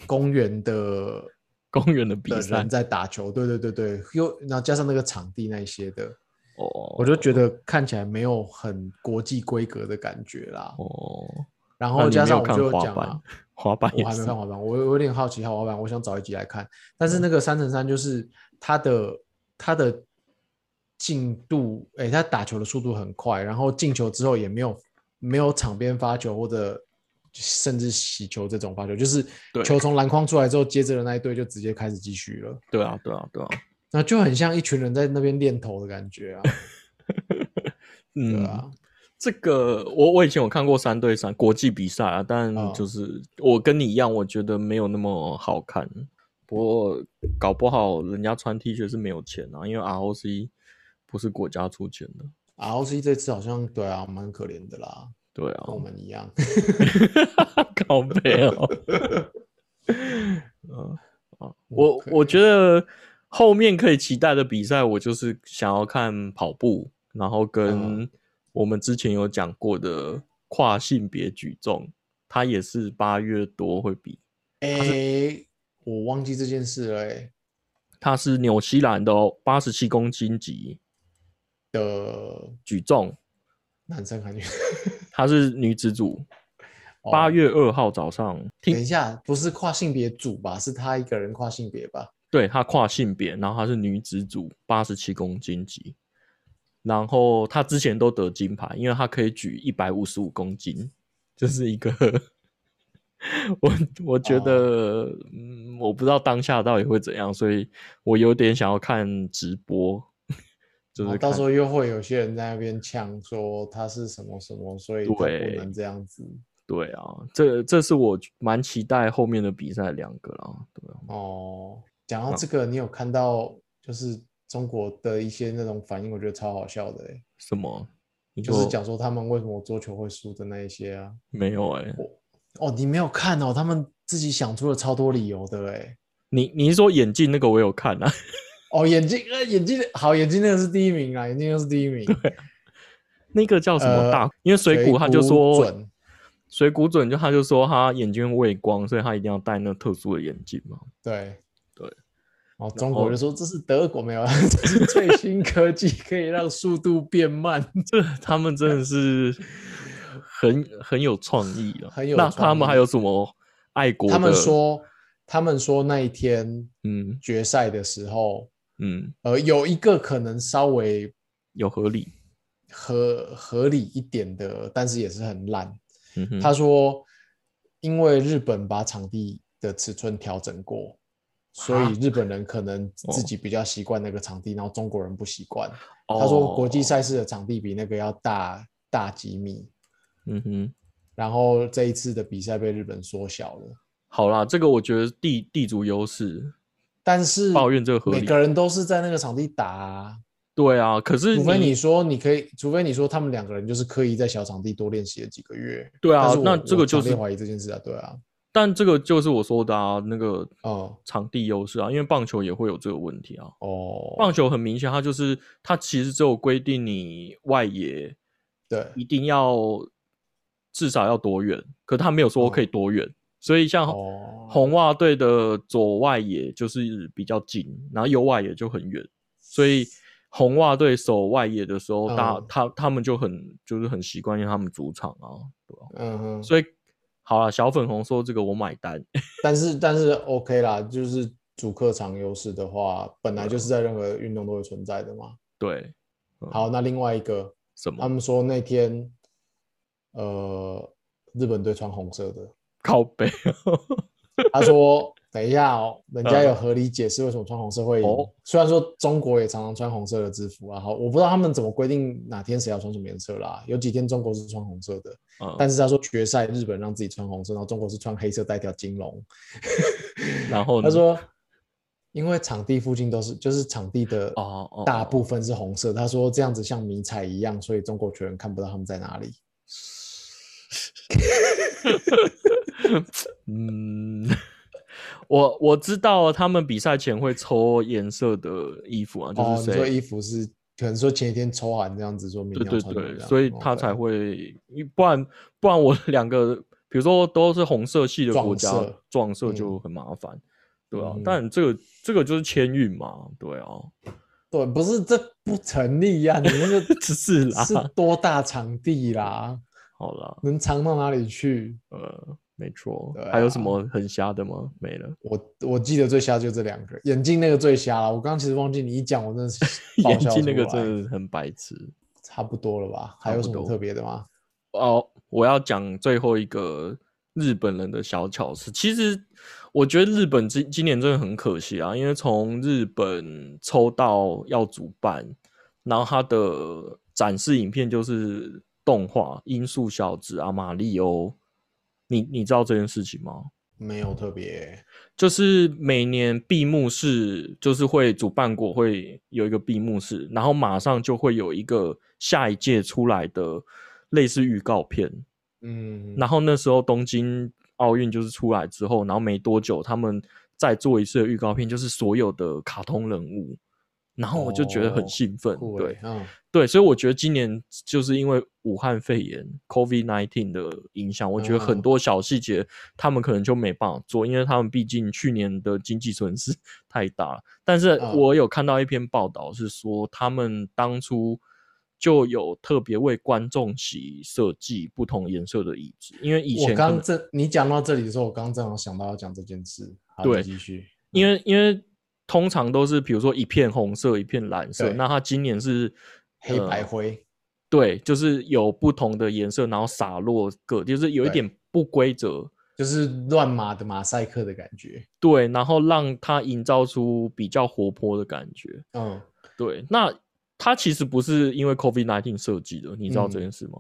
[SPEAKER 2] 公园的
[SPEAKER 1] 公园 的比
[SPEAKER 2] 的
[SPEAKER 1] 赛
[SPEAKER 2] 人在打球，对对对对，又然后加上那个场地那一些的，
[SPEAKER 1] 哦，
[SPEAKER 2] 我就觉得看起来没有很国际规格的感觉啦。
[SPEAKER 1] 哦，
[SPEAKER 2] 然
[SPEAKER 1] 那
[SPEAKER 2] 后
[SPEAKER 1] 你
[SPEAKER 2] 加
[SPEAKER 1] 没
[SPEAKER 2] 上
[SPEAKER 1] 有
[SPEAKER 2] 我
[SPEAKER 1] 看
[SPEAKER 2] 就
[SPEAKER 1] 滑
[SPEAKER 2] 讲
[SPEAKER 1] 板
[SPEAKER 2] 嘛，，
[SPEAKER 1] 滑板
[SPEAKER 2] 我
[SPEAKER 1] 也
[SPEAKER 2] 还没
[SPEAKER 1] 是嗯
[SPEAKER 2] 看，滑板，我我有点好奇看滑板，我想找一集来看。但是那个三乘三就是他的他的进度，哎、他打球的速度很快，然后进球之后也没有没有场边发球或者甚至洗球这种发球，就是
[SPEAKER 1] 对
[SPEAKER 2] 球从篮筐出来之后，接着的那一队就直接开始继续了，
[SPEAKER 1] 对啊，对啊，对啊，
[SPEAKER 2] 那就很像一群人在那边练头的感觉啊。
[SPEAKER 1] 嗯，
[SPEAKER 2] 对啊，
[SPEAKER 1] 这个我我以前有看过三对三国际比赛啊，但
[SPEAKER 2] 哦
[SPEAKER 1] 就是、我跟你一样，我觉得没有那么好看。不过搞不好人家穿 T 恤是没有钱啊，因为 ROC 不是国家出钱的。
[SPEAKER 2] ROC 这次好像对啊，蛮可怜的啦，
[SPEAKER 1] 对啊
[SPEAKER 2] 跟，我们一样。
[SPEAKER 1] 搞没 有。嗯啊，我
[SPEAKER 2] 哦 OK
[SPEAKER 1] 我觉得后面可以期待的比赛，我就是想要看跑步，然后跟
[SPEAKER 2] 嗯
[SPEAKER 1] 我们之前有讲过的跨性别举重，它也是八月多会比，
[SPEAKER 2] 哎、我忘记这件事了、欸。
[SPEAKER 1] 它是纽西兰的哦，八十七公斤级
[SPEAKER 2] 的
[SPEAKER 1] 举重，
[SPEAKER 2] 男生韩剧，
[SPEAKER 1] 它是女子组，
[SPEAKER 2] 哦
[SPEAKER 1] 八月二号早上，
[SPEAKER 2] 等一下，不是跨性别组吧？是他一个人跨性别吧？
[SPEAKER 1] 对，她跨性别，然后她是女子组，八十七公斤级。然后她之前都得金牌，因为她可以举一百五十五公斤，就是一个我我觉得、
[SPEAKER 2] 哦
[SPEAKER 1] 嗯，我不知道当下到底会怎样，所以我有点想要看直播，就是
[SPEAKER 2] 然哦后到时
[SPEAKER 1] 看
[SPEAKER 2] 候又会有些人在那边呛说他是什么什么，所以他
[SPEAKER 1] 对
[SPEAKER 2] 不能这样子
[SPEAKER 1] 对啊，这这是我蛮期待后面的比赛两个啦，对啊
[SPEAKER 2] 哦。讲到这个，你有看到就是中国的一些那种反应，我觉得超好笑的、欸，
[SPEAKER 1] 什么？你
[SPEAKER 2] 就是
[SPEAKER 1] 说
[SPEAKER 2] 讲说他们为什么桌球会输的那一些啊。
[SPEAKER 1] 没有哎、
[SPEAKER 2] 哦，你没有看哦，他们自己想出了超多理由的、欸，哎。
[SPEAKER 1] 你你是说眼镜那个我有看啊，
[SPEAKER 2] 哦，眼睛，呃，眼睛好，眼睛那个是第一名啊，眼睛那个是 第一名。
[SPEAKER 1] 那个叫什么
[SPEAKER 2] 呃
[SPEAKER 1] 大？因为水谷他就
[SPEAKER 2] 水谷
[SPEAKER 1] 说
[SPEAKER 2] 隼，
[SPEAKER 1] 水谷准就他就说他眼睛畏光，所以他一定要戴那特殊的眼镜嘛。
[SPEAKER 2] 对
[SPEAKER 1] 对。
[SPEAKER 2] 然后中
[SPEAKER 1] 后
[SPEAKER 2] 国就说这是德国没有啊， 这是最新科技，可以让速度 变慢。
[SPEAKER 1] 这他们真的是很很有创意啊！
[SPEAKER 2] 很有
[SPEAKER 1] 那
[SPEAKER 2] 创
[SPEAKER 1] 他们
[SPEAKER 2] 意
[SPEAKER 1] 还有什么爱国的？
[SPEAKER 2] 他们说，他们说那一天
[SPEAKER 1] 嗯
[SPEAKER 2] 决赛的时候，
[SPEAKER 1] 嗯，
[SPEAKER 2] 呃，有一个可能稍微
[SPEAKER 1] 有合理。
[SPEAKER 2] 合合理一点的，但是也是很烂。
[SPEAKER 1] 嗯哼，
[SPEAKER 2] 他说，因为日本把场地的尺寸调整过，所
[SPEAKER 1] 哈
[SPEAKER 2] 以日本人可能自
[SPEAKER 1] 哦
[SPEAKER 2] 己比较习惯那个场地，然后中国人不习惯。他说国际
[SPEAKER 1] 哦，
[SPEAKER 2] 赛事的场地比那个要大大几米，
[SPEAKER 1] 嗯哼，
[SPEAKER 2] 然后这一次的比赛被日本缩小了，
[SPEAKER 1] 好啦，这个我觉得地地主优势，
[SPEAKER 2] 但是
[SPEAKER 1] 抱怨这个合
[SPEAKER 2] 每
[SPEAKER 1] 理
[SPEAKER 2] 个人都是在那个场地打、啊，
[SPEAKER 1] 对啊，可是
[SPEAKER 2] 除非你说你可以，除非你说他们两个人就是刻意在小场地多练习了几个月。
[SPEAKER 1] 对啊
[SPEAKER 2] 但是，我
[SPEAKER 1] 那这
[SPEAKER 2] 我
[SPEAKER 1] 个就
[SPEAKER 2] 强
[SPEAKER 1] 是
[SPEAKER 2] 烈怀疑这件事啊，对啊，
[SPEAKER 1] 但这个就是我说的啊，那个
[SPEAKER 2] 哦
[SPEAKER 1] 场地优势啊，因为棒球也会有这个问题啊。
[SPEAKER 2] 哦，
[SPEAKER 1] 棒球很明显，它就是它其实只有规定你外野
[SPEAKER 2] 对，
[SPEAKER 1] 一定要至少要多远，可它没有说可以多远，所以像
[SPEAKER 2] 哦
[SPEAKER 1] 红袜队的左外野就是比较近，然后右外野就很远，所以红袜队守外野的时候，大
[SPEAKER 2] 嗯
[SPEAKER 1] 他他们就很就是很习惯，因为他们主场啊，对吧？
[SPEAKER 2] 嗯哼，
[SPEAKER 1] 所以好了，小粉红说这个我买单，
[SPEAKER 2] 但是但是 OK 啦，就是主客场优势的话，本来就是在任何运动都会存在的嘛。
[SPEAKER 1] 对，嗯
[SPEAKER 2] 好，那另外一个
[SPEAKER 1] 什
[SPEAKER 2] 他
[SPEAKER 1] 么
[SPEAKER 2] 们说那天，呃，日本队穿红色的。
[SPEAKER 1] 靠背？
[SPEAKER 2] 他说：“等一下哦，人家
[SPEAKER 1] 嗯
[SPEAKER 2] 有合理解释为什么穿红色会赢。
[SPEAKER 1] 哦
[SPEAKER 2] 虽然说中国也常常穿红色的制服啊，好，我不知道他们怎么规定哪天谁要穿什么颜色啦。有几天中国是穿红色的，
[SPEAKER 1] 嗯，
[SPEAKER 2] 但是他说决赛日本让自己穿红色，然后中国是穿黑色带条金龙。
[SPEAKER 1] 然后呢
[SPEAKER 2] 他说，因为场地附近都是，就是场地的
[SPEAKER 1] 哦哦
[SPEAKER 2] 大
[SPEAKER 1] 哦
[SPEAKER 2] 部分是红色。他说这样子像迷彩一样，所以中国球员看不到他们在哪里。
[SPEAKER 1] 嗯， 我我知道他们比赛前会抽颜色的衣服啊，就
[SPEAKER 2] 哦，
[SPEAKER 1] 是
[SPEAKER 2] 你说
[SPEAKER 1] 谁、
[SPEAKER 2] 衣服是可能说前一天抽完这样子，说明
[SPEAKER 1] 对
[SPEAKER 2] 天要
[SPEAKER 1] 对
[SPEAKER 2] 穿什么
[SPEAKER 1] 对，
[SPEAKER 2] 这样哦
[SPEAKER 1] 所以他才会，不然不然我两个，比如说都是红色系的国家
[SPEAKER 2] 撞色
[SPEAKER 1] 撞色就
[SPEAKER 2] 嗯
[SPEAKER 1] 很麻烦，对啊，
[SPEAKER 2] 嗯
[SPEAKER 1] 但这个这个就是签运嘛，对啊，
[SPEAKER 2] 对，不是这不成立呀、你 那个
[SPEAKER 1] 只是啦，
[SPEAKER 2] 是多大场地啦，
[SPEAKER 1] 好啦，
[SPEAKER 2] 能藏到哪里去？
[SPEAKER 1] 呃，没错，
[SPEAKER 2] 对
[SPEAKER 1] 还有
[SPEAKER 2] 啊
[SPEAKER 1] 什么很瞎的吗？没了，
[SPEAKER 2] 我我记得最瞎就这两个，眼镜那个最瞎了。我刚刚其实忘记你一讲，我真的是爆
[SPEAKER 1] 眼
[SPEAKER 2] 笑
[SPEAKER 1] 睛那
[SPEAKER 2] 出
[SPEAKER 1] 个
[SPEAKER 2] 来
[SPEAKER 1] 真的是很白痴，
[SPEAKER 2] 差不多了吧？还
[SPEAKER 1] 差
[SPEAKER 2] 有
[SPEAKER 1] 不
[SPEAKER 2] 什么
[SPEAKER 1] 多
[SPEAKER 2] 特别的吗？
[SPEAKER 1] 哦，我要讲最后一个日本人的小巧思。其实我觉得日本今今年真的很可惜啊，因为从日本抽到要主办，然后他的展示影片就是动画《音速小子》啊，《马里欧》你，你知道这件事情吗？
[SPEAKER 2] 没有特别
[SPEAKER 1] 就是每年闭幕式，就是会主办国会有一个闭幕式，然后马上就会有一个下一届出来的类似预告片。
[SPEAKER 2] 嗯，
[SPEAKER 1] 然后那时候东京奥运就是出来之后，然后没多久他们再做一次的预告片，就是所有的卡通人物，然后我就觉得很
[SPEAKER 2] 哦
[SPEAKER 1] 兴奋。
[SPEAKER 2] 酷
[SPEAKER 1] 对
[SPEAKER 2] 欸，嗯
[SPEAKER 1] 对，所以我觉得今年就是因为武汉肺炎 （COVID nineteen） 的影响，我觉得很
[SPEAKER 2] 嗯
[SPEAKER 1] 多小细节他们可能就没办法做，因为他们毕竟去年的经济损失 太大了。但是
[SPEAKER 2] 嗯
[SPEAKER 1] 我有看到一篇报道是说，他们当初就有特别为观众席设计不同颜色的椅子，因为以
[SPEAKER 2] 我
[SPEAKER 1] 前可能
[SPEAKER 2] 刚这你讲到这里的时候，我刚正好想到要讲这件事，好，你
[SPEAKER 1] 对
[SPEAKER 2] 继续，
[SPEAKER 1] 因为因为通常都是比如说一片红色，一片蓝色，
[SPEAKER 2] 对
[SPEAKER 1] 那它今年是
[SPEAKER 2] 黑白
[SPEAKER 1] 呃
[SPEAKER 2] 灰，
[SPEAKER 1] 对，就是有不同的颜色，然后洒落各，就是有一
[SPEAKER 2] 对
[SPEAKER 1] 点不规则，
[SPEAKER 2] 就是乱马的马赛克的感觉，
[SPEAKER 1] 对，然后让它营造出比较活泼的感觉。
[SPEAKER 2] 嗯，
[SPEAKER 1] 对，那它其实不是因为 COVID nineteen 设计的，你知道这
[SPEAKER 2] 嗯
[SPEAKER 1] 件事吗？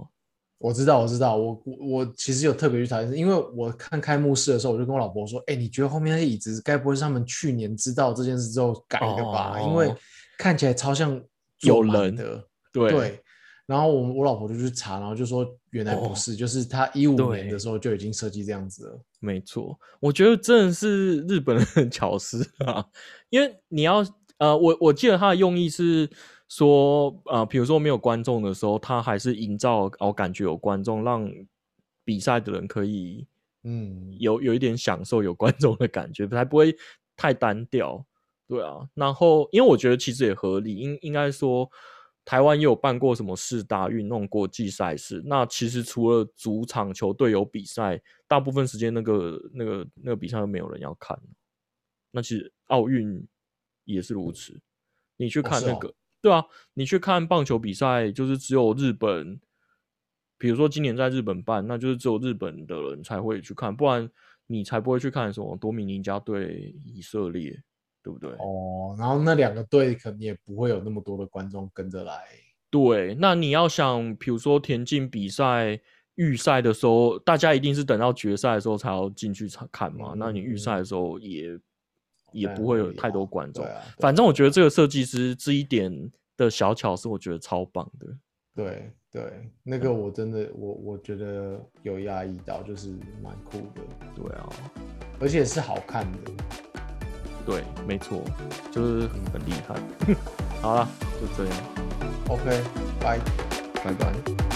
[SPEAKER 2] 我知道，我知道，我我我其实有特别去讨论，因为我看开幕式的时候，我就跟我老婆说：“哎、你觉得后面那些椅子，该不会是他们去年知道这件事之后改的吧？
[SPEAKER 1] 哦
[SPEAKER 2] 因为看起来超像坐满
[SPEAKER 1] 有人
[SPEAKER 2] 的，
[SPEAKER 1] 对
[SPEAKER 2] 对。然后我我老婆就去查，然后就说原来不是，就是他一五
[SPEAKER 1] 哦对
[SPEAKER 2] 年的时候就已经设计这样子了。
[SPEAKER 1] 没错，我觉得真的是日本人很巧思啊，因为你要呃，我我记得他的用意是说，呃，比如说没有观众的时候，他还是营造哦感觉有观众，让比赛的人可以
[SPEAKER 2] 嗯，
[SPEAKER 1] 有有一点享受有观众的感觉，才不会太单调。对啊，然后因为我觉得其实也合理，应应该说台湾也有办过什么世大运那种国际赛事，那其实除了主场球队有比赛，大部分时间那个那个那个比赛都没有人要看。那其实奥运也是如此，你去
[SPEAKER 2] 哦
[SPEAKER 1] 看
[SPEAKER 2] 是
[SPEAKER 1] 那
[SPEAKER 2] 哦
[SPEAKER 1] 个，对啊，你去看棒球比赛，就是只有日本，比如说今年在日本办，那就是只有日本的人才会去看，不然你才不会去看什么多米尼加对以色列，对不对？
[SPEAKER 2] 哦，然后那两个队可能也不会有那么多的观众跟着来。
[SPEAKER 1] 对，那你要想，比如说田径比赛预赛的时候，大家一定是等到决赛的时候才要进去查看嘛，那你预
[SPEAKER 2] 嗯
[SPEAKER 1] 赛的时候也也
[SPEAKER 2] 当
[SPEAKER 1] 不会
[SPEAKER 2] 然
[SPEAKER 1] 有
[SPEAKER 2] 合理
[SPEAKER 1] 太
[SPEAKER 2] 啦
[SPEAKER 1] 多观众
[SPEAKER 2] 对。啊，对
[SPEAKER 1] 反正我觉得这个设计师这一点的小巧思，我觉得超棒的。
[SPEAKER 2] 对对，那个我真的我我觉得有压抑到，就是蛮酷的，
[SPEAKER 1] 对啊，
[SPEAKER 2] 而且是好看的。
[SPEAKER 1] 对，没错，就是很厉害。好了，就这样，
[SPEAKER 2] OK，拜。
[SPEAKER 1] 拜拜。